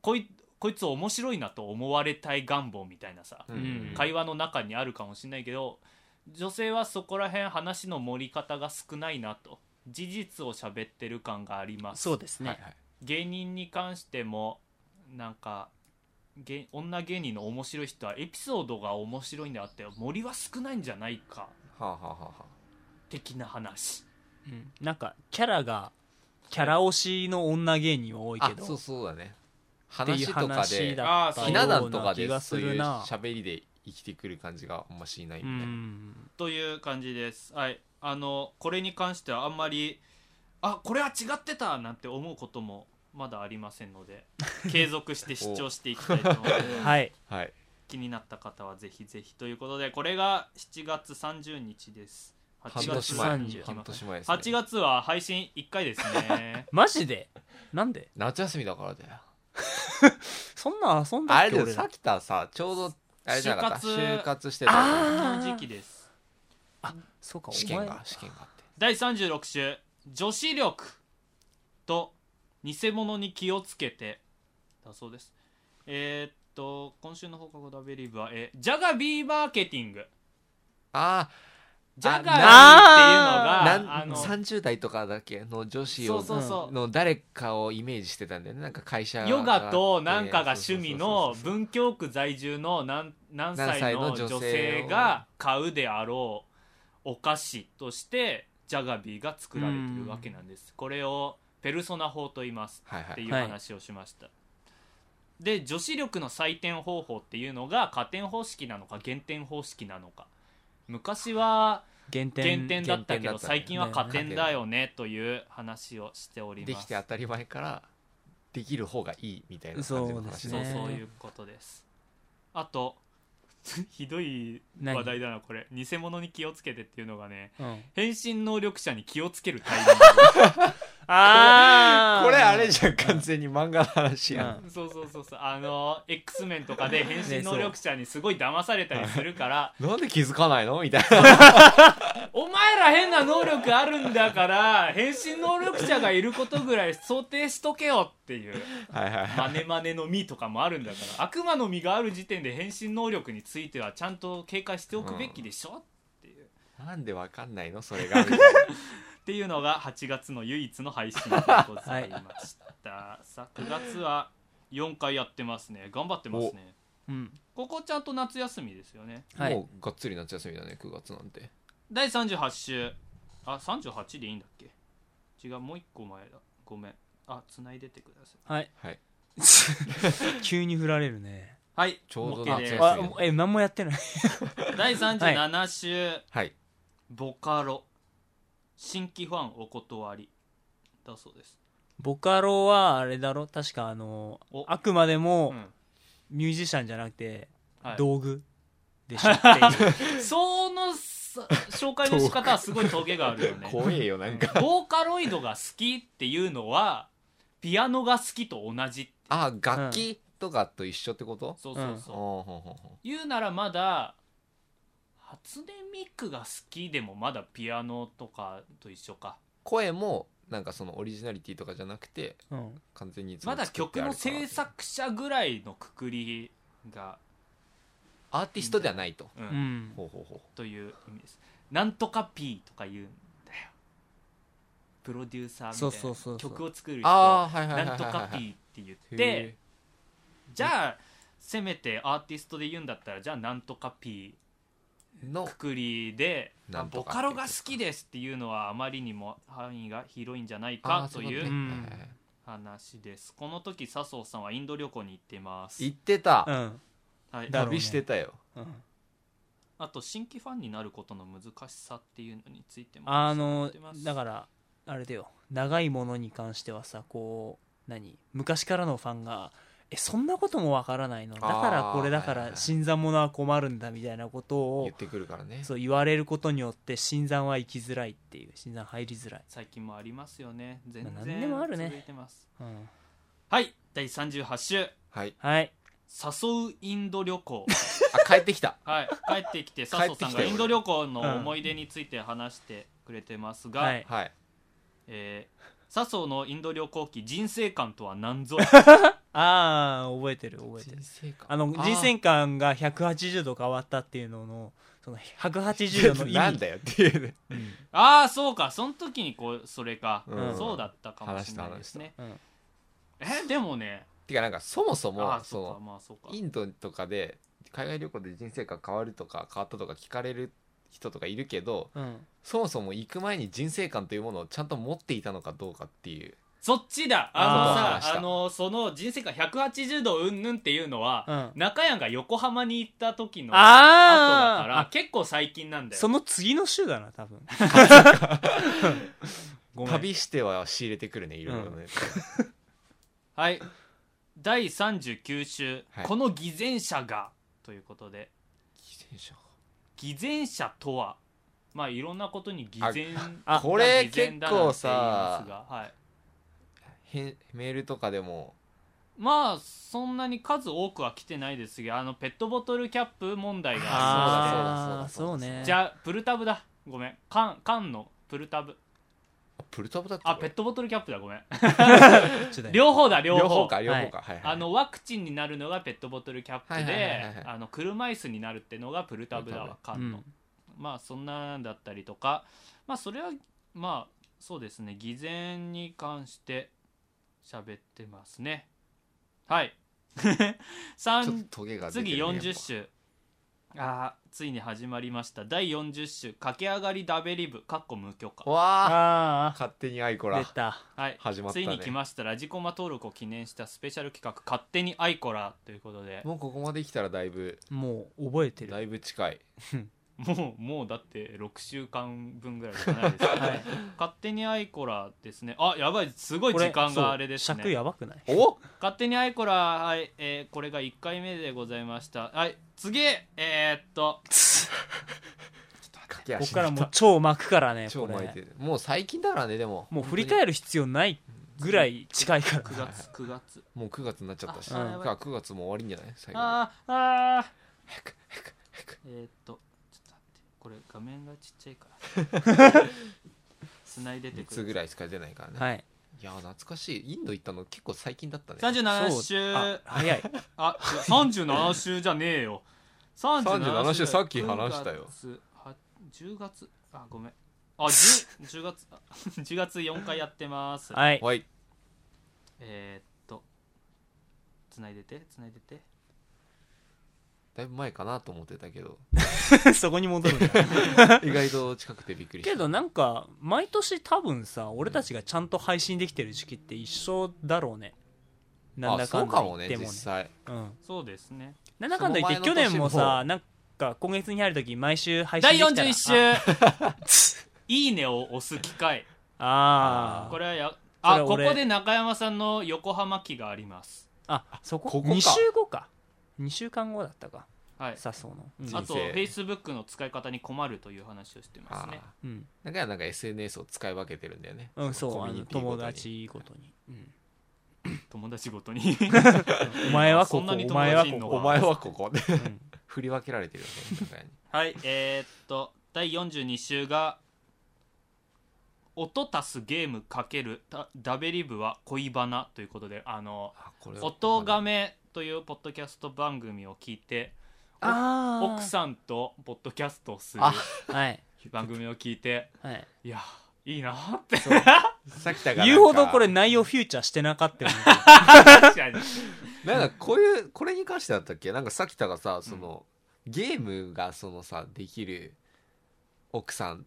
Speaker 1: こいこいつ面白いなと思われたい願望みたいなさ、
Speaker 3: うん
Speaker 1: 会話の中にあるかもしれないけど女性はそこら辺話の盛り方が少ないなと事実を喋ってる感があります
Speaker 3: そうですね、
Speaker 2: はいはい
Speaker 1: 芸人に関してもなんか芸女芸人の面白い人はエピソードが面白いんであって森は少ないんじゃないか
Speaker 2: はあはあはあはあ
Speaker 1: 的な話
Speaker 3: うんなんかキャラがキャラ推しの女芸人は多いけ
Speaker 2: あ
Speaker 3: ど
Speaker 2: そうそうだね
Speaker 3: って
Speaker 2: 話
Speaker 3: いう
Speaker 2: とか
Speaker 3: 話
Speaker 2: で
Speaker 3: だっ
Speaker 1: あ
Speaker 3: た
Speaker 1: ー
Speaker 2: ひ
Speaker 3: よ
Speaker 2: な
Speaker 3: う
Speaker 2: 壇と
Speaker 3: な
Speaker 2: か
Speaker 3: 気
Speaker 2: で
Speaker 3: がす
Speaker 2: そうい
Speaker 3: る
Speaker 2: う
Speaker 3: な
Speaker 2: 喋りで生きてくる感じがあんましないみ
Speaker 3: う
Speaker 2: たいな、
Speaker 3: ん
Speaker 1: という感じですはいあのこれに関してはあんまりあこれは違ってたなんて思うこともまだありませんの で継続して視聴していきたいと思います
Speaker 3: はい
Speaker 2: はい
Speaker 1: 気になった方はぜひぜひということでこれが7月30日です
Speaker 2: 半
Speaker 1: 8
Speaker 2: 年
Speaker 1: 月
Speaker 2: 前
Speaker 1: 30日
Speaker 2: 半年前です、ね、
Speaker 1: 8月は配信1回です ね
Speaker 3: マジでなんで
Speaker 2: 夏休みだからだよ
Speaker 3: そんな遊んだ
Speaker 2: あ
Speaker 3: っ
Speaker 2: れ
Speaker 3: け
Speaker 2: で
Speaker 3: 俺
Speaker 2: さ
Speaker 3: ら
Speaker 2: きたさちょうどあれじゃなかった
Speaker 1: 就活
Speaker 2: 就活してたよね
Speaker 3: あー
Speaker 1: この時期です
Speaker 3: そうか
Speaker 2: 試
Speaker 3: お
Speaker 2: 験
Speaker 3: 前
Speaker 2: が試験があって
Speaker 1: 第36週「女子力」と「偽物に気をつけて」だそうですえーっと今週の放課後ダベリブは、えージャガビーマーケティング
Speaker 2: あ
Speaker 1: ジャガビーっていうの
Speaker 2: あ
Speaker 1: が
Speaker 2: なん
Speaker 1: あの
Speaker 2: 30代とかだっけの女子
Speaker 1: そう
Speaker 2: を
Speaker 1: そうそう、
Speaker 2: の誰かをイメージしてたんだよねなんか会社が
Speaker 1: ヨガとなんかが趣味の
Speaker 2: そうそうそうそう
Speaker 1: 文京区在住の何何
Speaker 2: 何
Speaker 1: 歳
Speaker 2: 歳
Speaker 1: の
Speaker 2: の
Speaker 1: 女
Speaker 2: 女
Speaker 1: 性
Speaker 2: 性
Speaker 1: が買うであろうお菓子としてジャガビーが作られてるわけなんですこれをペルソナ法と言います
Speaker 2: はいは
Speaker 1: って
Speaker 2: い
Speaker 1: いう話をしました、で女子力の採点方法っていうのが加点方式なのか減点方式なのか昔は
Speaker 3: 減
Speaker 1: 減
Speaker 3: 点
Speaker 1: 点だったけど
Speaker 2: 減点だったね
Speaker 1: 最近は加点だよねという話をしております
Speaker 2: できて当たり前からできる方がいいみたいな感じの話
Speaker 1: そう
Speaker 3: ね
Speaker 1: そういうことですあと ひどい
Speaker 3: 何
Speaker 1: 話題だなこれ偽物に気をつけてっていうのがね
Speaker 3: うん
Speaker 1: 変身能力者に気をつけるタイ
Speaker 3: あー
Speaker 2: これあれじゃん完全に漫画の話やん、
Speaker 3: うん
Speaker 1: ミングそうそうそうそうあの X メンとかで変身能力者にすごい騙されたりするから
Speaker 2: なんで気づかないのみ たいな
Speaker 1: お前ら変な能力あるんだから変身能力者がいることぐらい想定しとけよっていう
Speaker 2: はいはいはい
Speaker 1: マネマネの実とかもあるんだから悪魔の実がある時点で変身能力についてはちゃんと警戒しておくべきでしょ、っていう
Speaker 2: なんでわかんないのそれがみたい
Speaker 1: っていうのが8月の唯一の配信でございました、さあ9月は4回やってますね頑張ってますね
Speaker 3: うん
Speaker 1: ここちゃんと夏休みですよね
Speaker 2: な
Speaker 3: はい
Speaker 2: もうがっつり夏休みだね9月なんて
Speaker 1: 第38週あ38でいいんだっけ違うもう1個前だごめんあ繋いでてください
Speaker 3: はい
Speaker 2: はい
Speaker 3: 急に振られるね
Speaker 1: はい
Speaker 2: ちょうど
Speaker 1: ボケで
Speaker 2: 夏休み
Speaker 3: あえ何もやってない
Speaker 1: 第37週、
Speaker 2: はい
Speaker 1: ボカロ新規ファンお断りだそうです、
Speaker 3: ボカロはあれだろ確かあの
Speaker 1: お
Speaker 3: あくまで
Speaker 1: う
Speaker 3: も
Speaker 1: ん
Speaker 3: ミュージシャンじゃなくて
Speaker 1: はい
Speaker 3: 道具でしょっていう
Speaker 1: そのさ紹介の仕方はすごいトゲがあるよね
Speaker 2: 怖えよなんか
Speaker 1: ボーカロイドが好きっていうのはピアノが好きと同じ
Speaker 2: あ楽器とかと一緒ってこと、
Speaker 1: そうそうそう、
Speaker 2: ほうほうほうほう
Speaker 1: 言うならまだ初音ミクが好きでもまだピアノとかと一緒か
Speaker 2: 声もなんかそのオリジナリティとかじゃなくて
Speaker 3: うん
Speaker 2: 完全にいつも
Speaker 1: まだ
Speaker 2: 作っ
Speaker 1: 曲
Speaker 2: てある
Speaker 1: の
Speaker 2: から
Speaker 1: 制作者ぐらいのくくりが、
Speaker 2: アーティストではないと、
Speaker 1: うん
Speaker 3: うん
Speaker 2: ほうほうほう
Speaker 1: という意味ですなんとか P とか言うんだよプロデューサーみたいな
Speaker 3: そうそうそうそう
Speaker 1: 曲を作る人
Speaker 2: ああはいはいはい
Speaker 1: なん
Speaker 2: はい
Speaker 1: と
Speaker 2: は
Speaker 1: か
Speaker 2: い
Speaker 1: P って言って
Speaker 2: へえ
Speaker 1: じゃあせめてアーティストで言うんだったらじゃあなんとか P
Speaker 2: の
Speaker 1: くくりでまあ
Speaker 2: なん
Speaker 1: ボ
Speaker 2: とか
Speaker 1: カロが好きですっていうのはあまりにも範囲が広いんじゃない
Speaker 2: あ
Speaker 1: か
Speaker 2: ーそ
Speaker 1: と
Speaker 2: うい
Speaker 1: いう
Speaker 2: こと
Speaker 1: う
Speaker 2: ね
Speaker 3: うん
Speaker 2: はいはいはい
Speaker 1: 話ですこの時笹生さんはインド旅行に行ってます
Speaker 2: 言ってた、
Speaker 3: うん
Speaker 1: はい、
Speaker 3: だろうね
Speaker 2: 旅してたよ
Speaker 3: うん
Speaker 1: あと新規ファンになることの難しさっていうのについても
Speaker 3: あの
Speaker 1: 言ってます
Speaker 3: だからあれだよ長いものに関してはさこう何昔からのファンがえそんなこともわからないのだからこれだか
Speaker 2: あーはいはい
Speaker 3: ら
Speaker 2: はい
Speaker 3: 新参者は困るんだみたいなこと
Speaker 2: 言
Speaker 3: を
Speaker 2: ってくるからね
Speaker 3: そう言われることによって新参は行きづらいっていう新参入りづらい、
Speaker 1: 最近もありますよね全
Speaker 3: まあ
Speaker 1: 然
Speaker 3: 何でもあるね
Speaker 1: 続いてます
Speaker 3: うん、
Speaker 1: はい第38週
Speaker 2: はい
Speaker 3: はい
Speaker 1: 誘うインド旅行
Speaker 2: あ帰ってきた
Speaker 1: はい帰ってきて笹生さん
Speaker 2: 帰ってき
Speaker 1: が
Speaker 2: たよ
Speaker 1: インド旅行の思い出について話してくれてますが、
Speaker 3: はい
Speaker 2: はい
Speaker 1: えー笹生のインド旅行記人生観とは何ぞや
Speaker 3: ああ覚えてる覚えてる
Speaker 2: 生観
Speaker 3: あの人生観が180度変わったっていうのの その180度の意味
Speaker 2: なんだよっていうね
Speaker 3: うん
Speaker 1: ああそうかその時にこうそれか、
Speaker 2: うん
Speaker 1: そうだったかもしれないですね
Speaker 3: 話し
Speaker 1: えでもね
Speaker 2: てかなんかそもそも
Speaker 1: ああ
Speaker 2: そ
Speaker 1: そうか
Speaker 2: の
Speaker 1: まあそうか
Speaker 2: インドとかで海外旅行で人生観変わるとか変わったとか聞かれる人とかいるけど
Speaker 3: うん
Speaker 2: そもそも行く前に人生観というものをちゃんと持っていたのかどうかっていう
Speaker 1: そっちだあの
Speaker 2: あー
Speaker 1: さ
Speaker 2: 話し
Speaker 1: あ
Speaker 2: た
Speaker 1: のその人生観180度うんぬんっていうのは、
Speaker 3: うん
Speaker 1: 中山が横浜に行った時の後だか
Speaker 3: あ
Speaker 1: ら
Speaker 3: あ
Speaker 1: 結構最近なんだよ
Speaker 3: その次の週だ な多分ごめん
Speaker 2: 旅しては仕入れてくるねいろいろね、
Speaker 1: はい第39週、
Speaker 2: はい
Speaker 1: この偽善者がということで
Speaker 2: 自転車
Speaker 1: 偽善者とはまあいろんなことに偽善
Speaker 3: あ
Speaker 2: これ
Speaker 1: 偽善だなんて言いますがはい、
Speaker 2: へメールとかでも
Speaker 1: まあそんなに数多くは来てないですがあのペットボトルキャップ問題がありまし
Speaker 3: あー
Speaker 2: そうだそうだそうだ
Speaker 3: そうね
Speaker 1: てじゃあプルタブだごめん缶缶のプルタブ
Speaker 2: あプルタブだっけ
Speaker 1: あペットボトルキャップだごめん
Speaker 3: ちょっとね
Speaker 1: 両方だ両方
Speaker 2: 両方か両方か、はいはい
Speaker 1: あのワクチンになるのがペットボトルキャップ
Speaker 2: はいはいはいはい
Speaker 1: で
Speaker 2: はい
Speaker 1: あの車椅子になるってのがプルタブだわ
Speaker 3: う
Speaker 1: 缶の
Speaker 3: ん、
Speaker 1: まあそんなんだったりとかまあそれはまあそうですね偽善に関して喋ってますねはい
Speaker 2: ちょっ
Speaker 1: 三
Speaker 2: とトゲが出て
Speaker 1: 次
Speaker 2: るねやっぱ
Speaker 1: 40週あーついに始まりました第40週駆け上がりダベリブかっこ無許可
Speaker 2: わあ
Speaker 3: あ
Speaker 2: 勝手にアイコ
Speaker 3: あ
Speaker 2: ラ
Speaker 3: 出た
Speaker 1: はい
Speaker 2: 始まった
Speaker 1: つ
Speaker 2: ね
Speaker 1: いに来ましたラジコマ登録を記念したスペシャル企画「勝手にアイコラ」ということで
Speaker 2: もうここまで来たらだいぶ
Speaker 3: もう覚えてる
Speaker 2: だいぶ近い
Speaker 1: もう もうだって6週間分ぐらいしかないですよね、
Speaker 3: はい
Speaker 1: 勝手にアイコラですねあやばいすごい時間があれです
Speaker 3: そう尺
Speaker 1: ね
Speaker 3: やばくない
Speaker 2: お
Speaker 1: 勝手にアイコラはい、えーこれが1回目でございましたはい次えーっと
Speaker 2: 駆け
Speaker 3: ここ
Speaker 2: 足
Speaker 3: からもう超巻くからね
Speaker 2: 超
Speaker 3: こ
Speaker 2: 巻いて
Speaker 3: れ
Speaker 2: るもう最近だからねでも
Speaker 3: もう振り
Speaker 2: る
Speaker 3: 返る必要ない ぐらい近いから
Speaker 1: 9月9月
Speaker 2: もう9月になっちゃったし
Speaker 3: ああや
Speaker 1: ばい
Speaker 2: 9月も終わりんじゃない最後
Speaker 1: あーあー
Speaker 2: 早く早く早く
Speaker 1: えーっとちょっと待ってこれ画面がちっちゃいから 繋いでて
Speaker 2: 3
Speaker 1: く
Speaker 2: つ
Speaker 1: る
Speaker 2: ぐらいしか出ないからね、い、
Speaker 3: はい
Speaker 2: やー懐かしいインド行ったの結構最近だったね
Speaker 1: 37
Speaker 3: そう
Speaker 1: 週
Speaker 3: あ早い
Speaker 1: あ、37週じゃねえよ。
Speaker 2: 37週さっき話したよ
Speaker 1: 9月。10月、あ、ごめん。あ、10, 10月、 あ10月4回やってます。
Speaker 3: はい
Speaker 2: はい
Speaker 1: えー、っと、つないでて、つないでて。
Speaker 2: だいぶ前かなと思ってたけど
Speaker 3: そこに戻るんだ
Speaker 2: 意外と近くてびっくりした
Speaker 3: けどなんか毎年多分さ俺たちがちゃんと配信できてる時期って一緒だろうねなんだかんだ
Speaker 2: あそうかも
Speaker 3: 言っ
Speaker 2: ね
Speaker 3: て
Speaker 2: 実
Speaker 3: もね
Speaker 2: 際
Speaker 3: うん
Speaker 1: そうですね。
Speaker 3: なんだかんだ言って
Speaker 2: その
Speaker 3: 去
Speaker 2: 前の
Speaker 3: 年も
Speaker 2: 年も
Speaker 3: さなんか今月に入る時毎週配信
Speaker 1: 第
Speaker 3: できたら
Speaker 1: 41
Speaker 3: あ
Speaker 1: 週、 いいねを押す機会。
Speaker 3: あー
Speaker 1: これはや、
Speaker 3: それ
Speaker 1: あ、ここ
Speaker 3: 俺
Speaker 1: で中山さんの横浜記があります。
Speaker 3: あそこ
Speaker 2: ここか
Speaker 3: 2週後か2週間後だったか
Speaker 1: はい。
Speaker 3: 笹生の、うん
Speaker 2: 人生
Speaker 1: あと、Facebook の使い方に困るという話をしてます
Speaker 2: あ
Speaker 1: ね。
Speaker 2: あ
Speaker 3: うん
Speaker 2: だからなんか SNS を使い分けてるんだよね
Speaker 3: うん、そう
Speaker 2: コ
Speaker 3: あ
Speaker 2: ミュ
Speaker 3: の
Speaker 2: ニティご
Speaker 3: 友
Speaker 2: とに
Speaker 3: 達ごとに、うん
Speaker 1: 友達ごとに。
Speaker 3: お前はこ
Speaker 1: そん
Speaker 3: こ
Speaker 1: なに
Speaker 3: お
Speaker 1: 友達
Speaker 3: 前はい
Speaker 1: んの
Speaker 3: こ
Speaker 2: お
Speaker 3: こ、
Speaker 2: 前はここで
Speaker 3: うん
Speaker 2: 振り分けられてるよね 中に
Speaker 1: はい、えーっと、第42週が、音足すゲームかけるダダベリブは恋バナということで、あの、
Speaker 2: あこれ
Speaker 1: 音がめというポッドキャスト番組を聞いて、
Speaker 3: ああ
Speaker 1: 奥さんとポッドキャストをする
Speaker 2: あ
Speaker 3: はい
Speaker 1: 番組を聞いて、
Speaker 3: はい
Speaker 1: いや、いいなって、
Speaker 2: さきたがなんか
Speaker 3: 言うほどこれ内容フューチャーしてなかったよね
Speaker 1: 確かに。
Speaker 2: なんかこういうこれに関してだったっけなんかさきたがさその、ゲームがそのさできる奥さん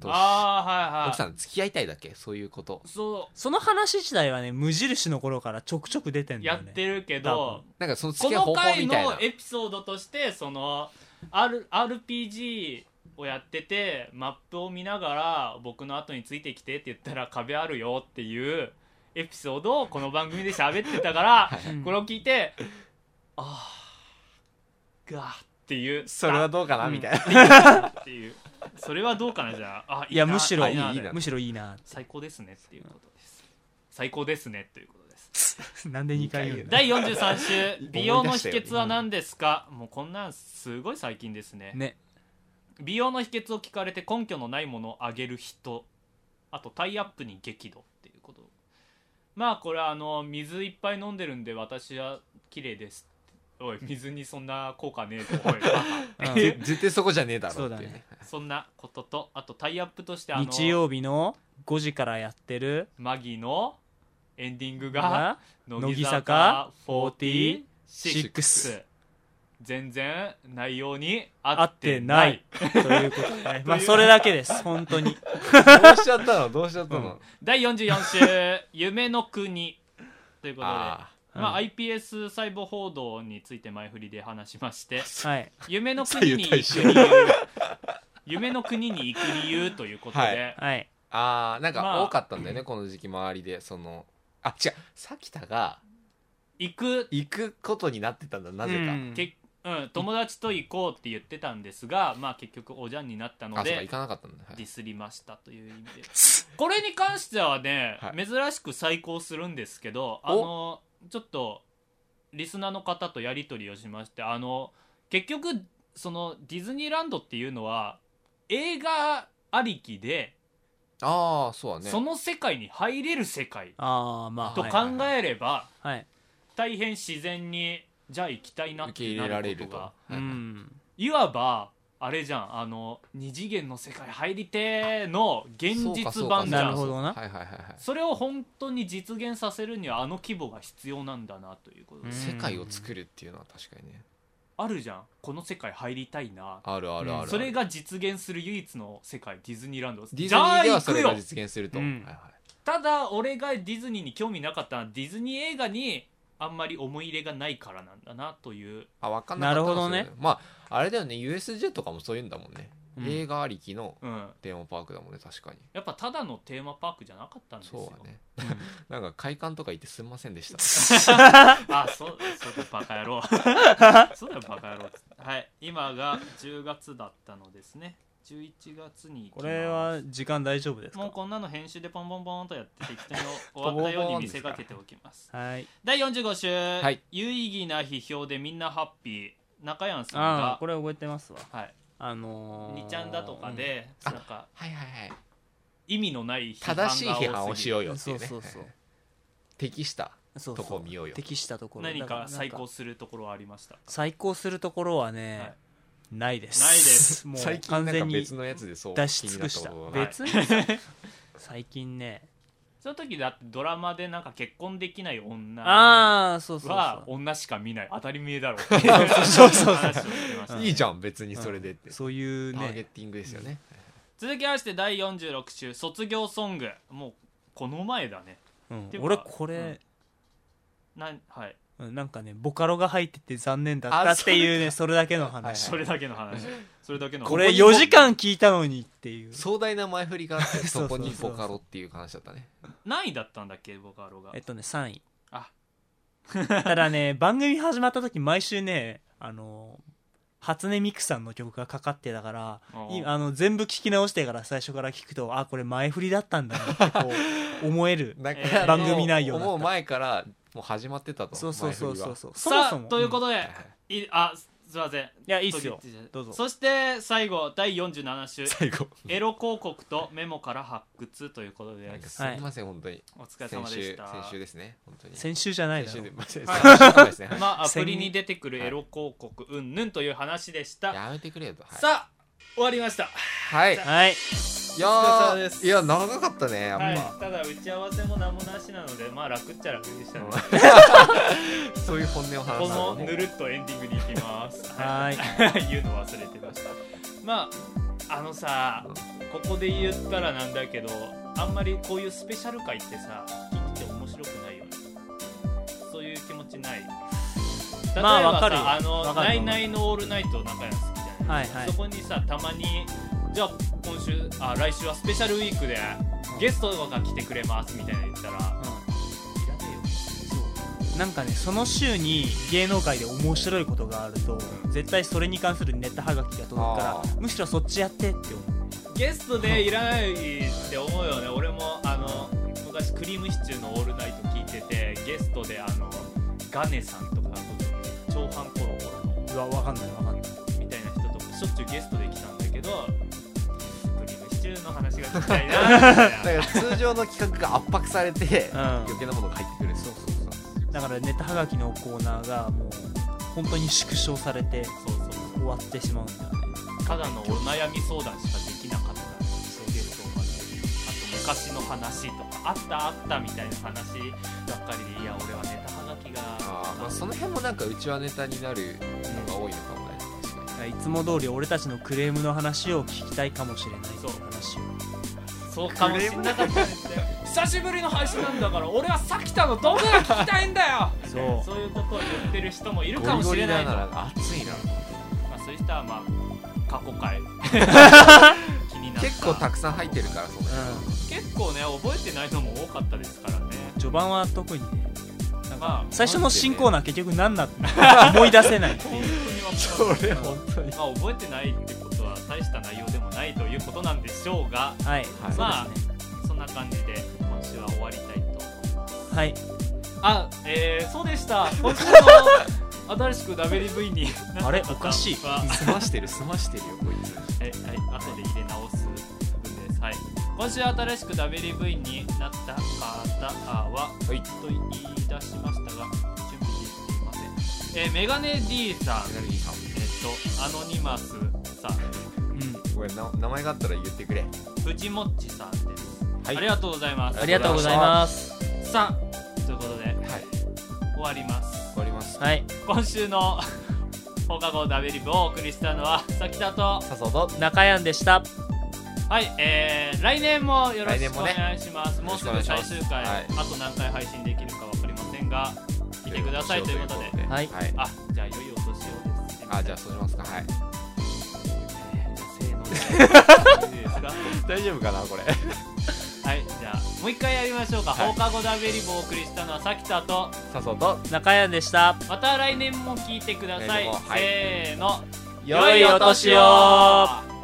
Speaker 2: とし
Speaker 1: ああ、はいはい。
Speaker 2: 奥さん付き合いたいだっけそういうこと
Speaker 1: そ
Speaker 3: その話自体はね無印の頃からちょくちょく出て
Speaker 1: う、
Speaker 3: んだ
Speaker 1: や
Speaker 3: よ
Speaker 1: っ
Speaker 3: ね
Speaker 1: てるけ
Speaker 3: 多
Speaker 1: ど
Speaker 3: 分、
Speaker 2: なんかその付
Speaker 1: こ
Speaker 2: き合い
Speaker 1: の
Speaker 2: 方法
Speaker 1: 回
Speaker 2: みたい
Speaker 1: の
Speaker 2: な
Speaker 1: エピソードとしてその、R、RPG をやっててマップを見ながら僕の後についてきてって言ったら壁あるよっていうエピソードをこの番組で喋ってたから
Speaker 3: うん
Speaker 1: これを聞いてああがっていう
Speaker 2: それはどうかなみたいな、
Speaker 1: あっていうそれはどうかなじゃああい
Speaker 3: いやむしろ
Speaker 1: いいない
Speaker 2: いな
Speaker 3: むしろいいな
Speaker 1: 最高ですねっていうことです最高ですねっていうことです
Speaker 3: なんで2回言うの
Speaker 1: 第43週
Speaker 2: 思い出したよ
Speaker 1: 美容の秘訣は何ですかもうこんなんすごい最近ですね
Speaker 3: ね
Speaker 1: 美容の秘訣を聞かれて根拠のないものをあげる人あとタイアップに激怒っていうことまあこれはあの水いっぱい飲んでるんで私は綺麗ですおい水にそんな効果ねえぞおいバ カ
Speaker 3: うん
Speaker 1: え
Speaker 2: 絶対そこじゃねえだろっていうね
Speaker 1: そんなこととあとタイアップとしてあの
Speaker 3: 日曜日の5時からやってる
Speaker 1: マギのエンディングが
Speaker 3: が
Speaker 1: 乃木坂
Speaker 3: 46
Speaker 1: 46全然内容に合
Speaker 3: 合
Speaker 1: っ
Speaker 3: ってて
Speaker 1: な
Speaker 3: ないいということで ねまあそれだけです本当に
Speaker 2: どうしちゃったのどうしちゃったの、
Speaker 3: うん
Speaker 1: 第44週「夢の国」ということで
Speaker 2: あ
Speaker 1: まあ、
Speaker 3: は
Speaker 1: iPS 細胞報道について前振りで話しまして
Speaker 3: はい
Speaker 1: 夢の国に行
Speaker 2: 左
Speaker 1: く理由夢の国に行く理由ということで、
Speaker 2: はい
Speaker 3: はい
Speaker 2: あーなん
Speaker 1: まあ
Speaker 2: か多かったんだよね、この時期周りでそのあ違うさきたが
Speaker 1: 行く、
Speaker 2: 行くことになってたんだなぜか、
Speaker 3: うん
Speaker 1: けうん、友達と行こうって言ってたんですが、まあ、結局おじゃんになったの
Speaker 2: あそうか
Speaker 1: で
Speaker 2: 行かなかったんだ、はい
Speaker 1: ディスりましたという意味でこれに関してはね、
Speaker 2: はい
Speaker 1: 珍しく再考するんですけどあのちょっとリスナーの方とやり取りをしましてあの結局そのディズニーランドっていうのは映画ありきで、
Speaker 2: ああそうだね
Speaker 1: その世界に入れる世界
Speaker 3: ああまあ
Speaker 1: と
Speaker 3: はい
Speaker 1: 考えれば、
Speaker 3: はい
Speaker 1: 大変自然にじゃあ行きたいなっ
Speaker 2: 受
Speaker 1: て
Speaker 2: け入
Speaker 1: な
Speaker 2: れられ
Speaker 1: るこ
Speaker 2: る
Speaker 1: と
Speaker 2: と、
Speaker 1: が
Speaker 2: う
Speaker 3: うん ん
Speaker 1: いわばあれじゃんあの二次元の世界入りてーの現実版じ
Speaker 3: な
Speaker 1: ゃ
Speaker 3: る
Speaker 1: ん
Speaker 3: ほどな
Speaker 2: はいはいはいはい、
Speaker 1: それを本当に実現させるにはあの規模が必要なんだなということで
Speaker 3: うん
Speaker 1: す、
Speaker 2: 世界を作るっていうのは確かにね
Speaker 1: あるじゃんこの世界入りたいな
Speaker 2: あるあるあるある、
Speaker 1: それが実現する唯一の世界ディズニーランドです
Speaker 2: ディ
Speaker 1: じ
Speaker 2: ズニ
Speaker 1: ゃ
Speaker 2: ー
Speaker 1: あ
Speaker 2: では
Speaker 1: 行
Speaker 2: そ
Speaker 1: く
Speaker 2: れ
Speaker 1: よ
Speaker 2: が実現すると、
Speaker 3: うん
Speaker 2: はいはい、
Speaker 1: ただ俺がディズニーに興味なかったのはディズニー映画にあんまり思い入れがないからなんだなという
Speaker 2: あ分かんなかった
Speaker 3: なるほどね
Speaker 2: そうだまああれだよね USJ とかもそういうんだもんね、
Speaker 3: うん
Speaker 2: 映画ありきの
Speaker 1: うん
Speaker 2: テーマパークだもんね確かに
Speaker 1: やっぱただのテーマパークじゃなかったんですよ
Speaker 2: そうだねなんか会館とか行ってすんませんで した
Speaker 1: あそうそうだバカ野 郎そうだよバカ野郎はい今が10月だったのですね11月に行きます
Speaker 3: これは時間大丈夫です
Speaker 1: もう
Speaker 3: か
Speaker 1: こんなの編集でポンポンポンとやって適当に終わったように見せかけておきます
Speaker 3: はい
Speaker 1: 第45週、
Speaker 2: はい
Speaker 1: 有意義な批評でみんなハッピー中山さん
Speaker 3: ああ
Speaker 1: が
Speaker 3: これ覚えてますわ
Speaker 1: はい
Speaker 3: あのー
Speaker 1: 二ちゃんだとかで、なんか
Speaker 2: はいはいはい
Speaker 1: 意味のない批判が多
Speaker 2: 正しい批判を
Speaker 1: す
Speaker 2: し
Speaker 1: ぎる
Speaker 2: ようよって
Speaker 3: そ
Speaker 2: いううね
Speaker 3: そうそう
Speaker 2: 適した
Speaker 3: そう
Speaker 2: と
Speaker 3: そ
Speaker 2: こ
Speaker 3: う
Speaker 2: 見ようよ
Speaker 3: 適したところ
Speaker 1: 何
Speaker 3: だら
Speaker 1: か
Speaker 3: なん
Speaker 1: 最高するところはありましたか
Speaker 3: 最高するところはね、
Speaker 1: はい
Speaker 3: ないです
Speaker 1: ないです
Speaker 3: もう
Speaker 2: 最近
Speaker 3: 完
Speaker 2: なん
Speaker 3: 全
Speaker 2: か
Speaker 3: に
Speaker 2: 別のやつでそう
Speaker 3: 出し尽くした
Speaker 2: 気になったことが
Speaker 1: は
Speaker 2: ないい
Speaker 3: 別にさ 最近ね
Speaker 1: その時だってドラマでなんか結婚できない女
Speaker 3: ああそうそう
Speaker 1: は
Speaker 3: そう
Speaker 1: 女しか見ない当たり前 だろうって
Speaker 3: そうそうそう
Speaker 1: 話をしてました
Speaker 3: 別
Speaker 2: いいじゃん別にそれでって、
Speaker 3: そういう
Speaker 2: ターゲッ
Speaker 3: ね
Speaker 2: ティングですよね、
Speaker 1: 続きまして第46週卒業ソングもうこの前だね
Speaker 3: うん
Speaker 1: ていうか
Speaker 3: 俺これ、
Speaker 1: なんはい
Speaker 3: うんなんかねボカロが入ってて残念だったっていうねそれだけの話、
Speaker 2: はい
Speaker 1: それだけの話それだけの話
Speaker 3: これ4時間聞いたのにっていう
Speaker 2: 壮大な前振りがあって
Speaker 3: そうそう
Speaker 2: そ
Speaker 3: そう
Speaker 2: こにボカロっていう話だ ったね
Speaker 1: 何位だったんだっけボカロが
Speaker 3: えっとね3位
Speaker 1: あ
Speaker 3: ただね番組始まった時毎週ねあの初音ミクさんの曲がかかってたからいあの全部聞き直してから最初から聞くとあこれ前振りだったんだなってこう思える
Speaker 2: なんか
Speaker 1: えー
Speaker 3: 番組内容だった
Speaker 2: もう前からもう始まってたと
Speaker 3: そうそうそうそう
Speaker 2: 前振
Speaker 3: そうそも
Speaker 1: さ
Speaker 3: そ
Speaker 1: あ
Speaker 3: も
Speaker 1: ということ
Speaker 2: り
Speaker 1: で
Speaker 2: ははいはい
Speaker 1: いあすいませんい
Speaker 3: いやいいっすよどうぞ
Speaker 1: そして最後第47週
Speaker 2: 最後
Speaker 1: エロ広告とメモから発掘ということで
Speaker 2: なんかすみません、本当に
Speaker 1: お疲れ
Speaker 2: 先
Speaker 1: 様でし
Speaker 2: 週
Speaker 1: た
Speaker 2: 先週ですね本当に
Speaker 3: 先週じゃないだ
Speaker 2: 先
Speaker 3: ろ
Speaker 2: 週で、まあ、先
Speaker 1: はい
Speaker 2: 週ですね、
Speaker 1: まあア
Speaker 3: 先
Speaker 1: プ
Speaker 3: に
Speaker 1: リに出てくるエロ広告うんぬんという話でした、
Speaker 2: やめてくれよとはい
Speaker 1: さあ終わりました
Speaker 2: はいい
Speaker 3: はい
Speaker 2: や
Speaker 1: お疲れ様です
Speaker 2: ーいや長かったねやっぱ、
Speaker 1: はい、ただ打ち合わせも何もなしなのでまあ楽っちゃ楽でしたね
Speaker 2: そういう本音を話
Speaker 1: こ
Speaker 2: す
Speaker 1: のぬるっとエンディングに行きます
Speaker 3: はい
Speaker 1: 言うの忘れてましたまああのさここで言ったらなんだけどあんまりこういうスペシャル回ってさ聞いてて面白くないよねそういう気持ちない例えばさ、
Speaker 3: まあわかるよ
Speaker 1: あの
Speaker 3: わ
Speaker 1: 「ナ
Speaker 3: かる
Speaker 1: イ
Speaker 3: よ
Speaker 1: ナイのオールナイト」中山好きじゃない、
Speaker 3: はいは
Speaker 1: そ
Speaker 3: い
Speaker 1: こにさたまにじゃあ今週あ来週はスペシャルウィークでゲストが来てくれますみたいな言ったら、
Speaker 3: うん
Speaker 1: いらねえよ
Speaker 3: そうなんかねその週に芸能界で面白いことがあると絶対それに関するネタはがきが届くか
Speaker 2: あ
Speaker 3: らむしろそっちやってって思う
Speaker 1: ゲストでいらないって思うよね俺もあの昔クリームシチューの「オールナイト」聞いててゲストであのガネさんとか長半コロコロの
Speaker 3: うわわかんないわかんない
Speaker 1: みたいな人とかしょっちゅうゲストで来たんだけどクリームシチ週の話が聞きたいなみたいな
Speaker 2: だから通常の企画が圧迫されて、
Speaker 3: うん
Speaker 2: 余計なものが入ってくるそうそうそう
Speaker 3: だからネタはがきのコーナーがもう本当に縮小されて
Speaker 1: そうそう
Speaker 3: 終わってしまうんだよね
Speaker 1: ただのお悩み相談しかできなかったそうゲストとかであと昔の話とかあったあったみたいな話ばっかりでいや俺はネタはがきが
Speaker 2: あーまあその辺もなんかうちはネタになるのが多いのかもね確かに
Speaker 3: いつも通り俺たちのクレームの話を聞きたいかもしれない
Speaker 1: そう
Speaker 3: 話を
Speaker 1: そうかもしんなかったですね久しぶりの配信なんだから俺はさきたの動画が聞きたいんだよ
Speaker 3: そう
Speaker 1: そういうことを言ってる人もいる
Speaker 2: ゴ
Speaker 1: かも
Speaker 2: リゴ
Speaker 1: しれ
Speaker 2: リ
Speaker 1: ない
Speaker 2: だ
Speaker 1: と
Speaker 2: なら熱いな
Speaker 1: まあ、そういう人はまあ過去 回気になった
Speaker 2: 結構たくさん入ってるからその
Speaker 3: うん
Speaker 1: 結構ね覚えてないのも多かったですからね
Speaker 3: 序盤は特にねなんか
Speaker 1: まあ
Speaker 3: 最初の新コーナー結局何なったの思い出せないっていう
Speaker 1: そ
Speaker 2: それ
Speaker 3: 本
Speaker 2: 当に
Speaker 1: まあ覚えてないってことは大した内容でもないということなんでしょうが
Speaker 3: はい、
Speaker 2: はい
Speaker 1: まあ
Speaker 3: そうですね
Speaker 1: そんな感じで今週は終わりたいと
Speaker 3: はい
Speaker 1: あえー、そうでした今週の新しく WV に
Speaker 3: あれおかしい
Speaker 1: は
Speaker 2: 済ましてる済ましてるよこいつ
Speaker 1: えはい、後で入れ直す分です。はい。今週新しく WV になった方は、
Speaker 2: はい
Speaker 1: と言い出しましたが、準備できていません。えーメガネ D さん、えっ、
Speaker 2: リーさん
Speaker 1: と、アノニマスさん、
Speaker 3: うん
Speaker 2: これな名前があったら言ってくれ
Speaker 1: 藤もっちさんです、
Speaker 2: はい
Speaker 1: ありがとうございます。
Speaker 2: あ
Speaker 3: あり
Speaker 2: り
Speaker 3: が
Speaker 2: が
Speaker 3: と
Speaker 2: と
Speaker 3: う
Speaker 2: う
Speaker 3: ご
Speaker 2: ご
Speaker 3: ざ
Speaker 2: ざ
Speaker 3: い
Speaker 2: い
Speaker 3: ま
Speaker 2: ます
Speaker 1: さん、ということで、
Speaker 2: はい
Speaker 1: 終わります。
Speaker 2: 終わります
Speaker 3: はい
Speaker 1: 今週の放課後 WV をお送りしたのは、さきたと、
Speaker 2: さそうど
Speaker 3: 中山でした
Speaker 1: はい、えー、来年もよろし
Speaker 2: 来年
Speaker 1: くお
Speaker 2: もね
Speaker 1: 願いします。もうすぐ
Speaker 2: よろしくお願
Speaker 1: 最
Speaker 2: いします
Speaker 1: 終回、
Speaker 2: はい
Speaker 1: あと何回配信できるかわかりませんが、見てくださいということで。
Speaker 3: はい
Speaker 2: はい
Speaker 1: あ、じゃあ良いお年をです。
Speaker 2: あじゃあそうしますかはい
Speaker 1: えーじゃあせーのでいいですか
Speaker 2: 大丈夫かなこれ
Speaker 1: はい、じゃあもう一回やりましょうか。
Speaker 2: はい
Speaker 1: 放課後ダベリブをお送りしたのはさきたと、
Speaker 2: さそうど
Speaker 3: 中山でした
Speaker 1: また来年も聞いてください。
Speaker 2: 来年もはい
Speaker 1: せーの、
Speaker 3: 良いお年を。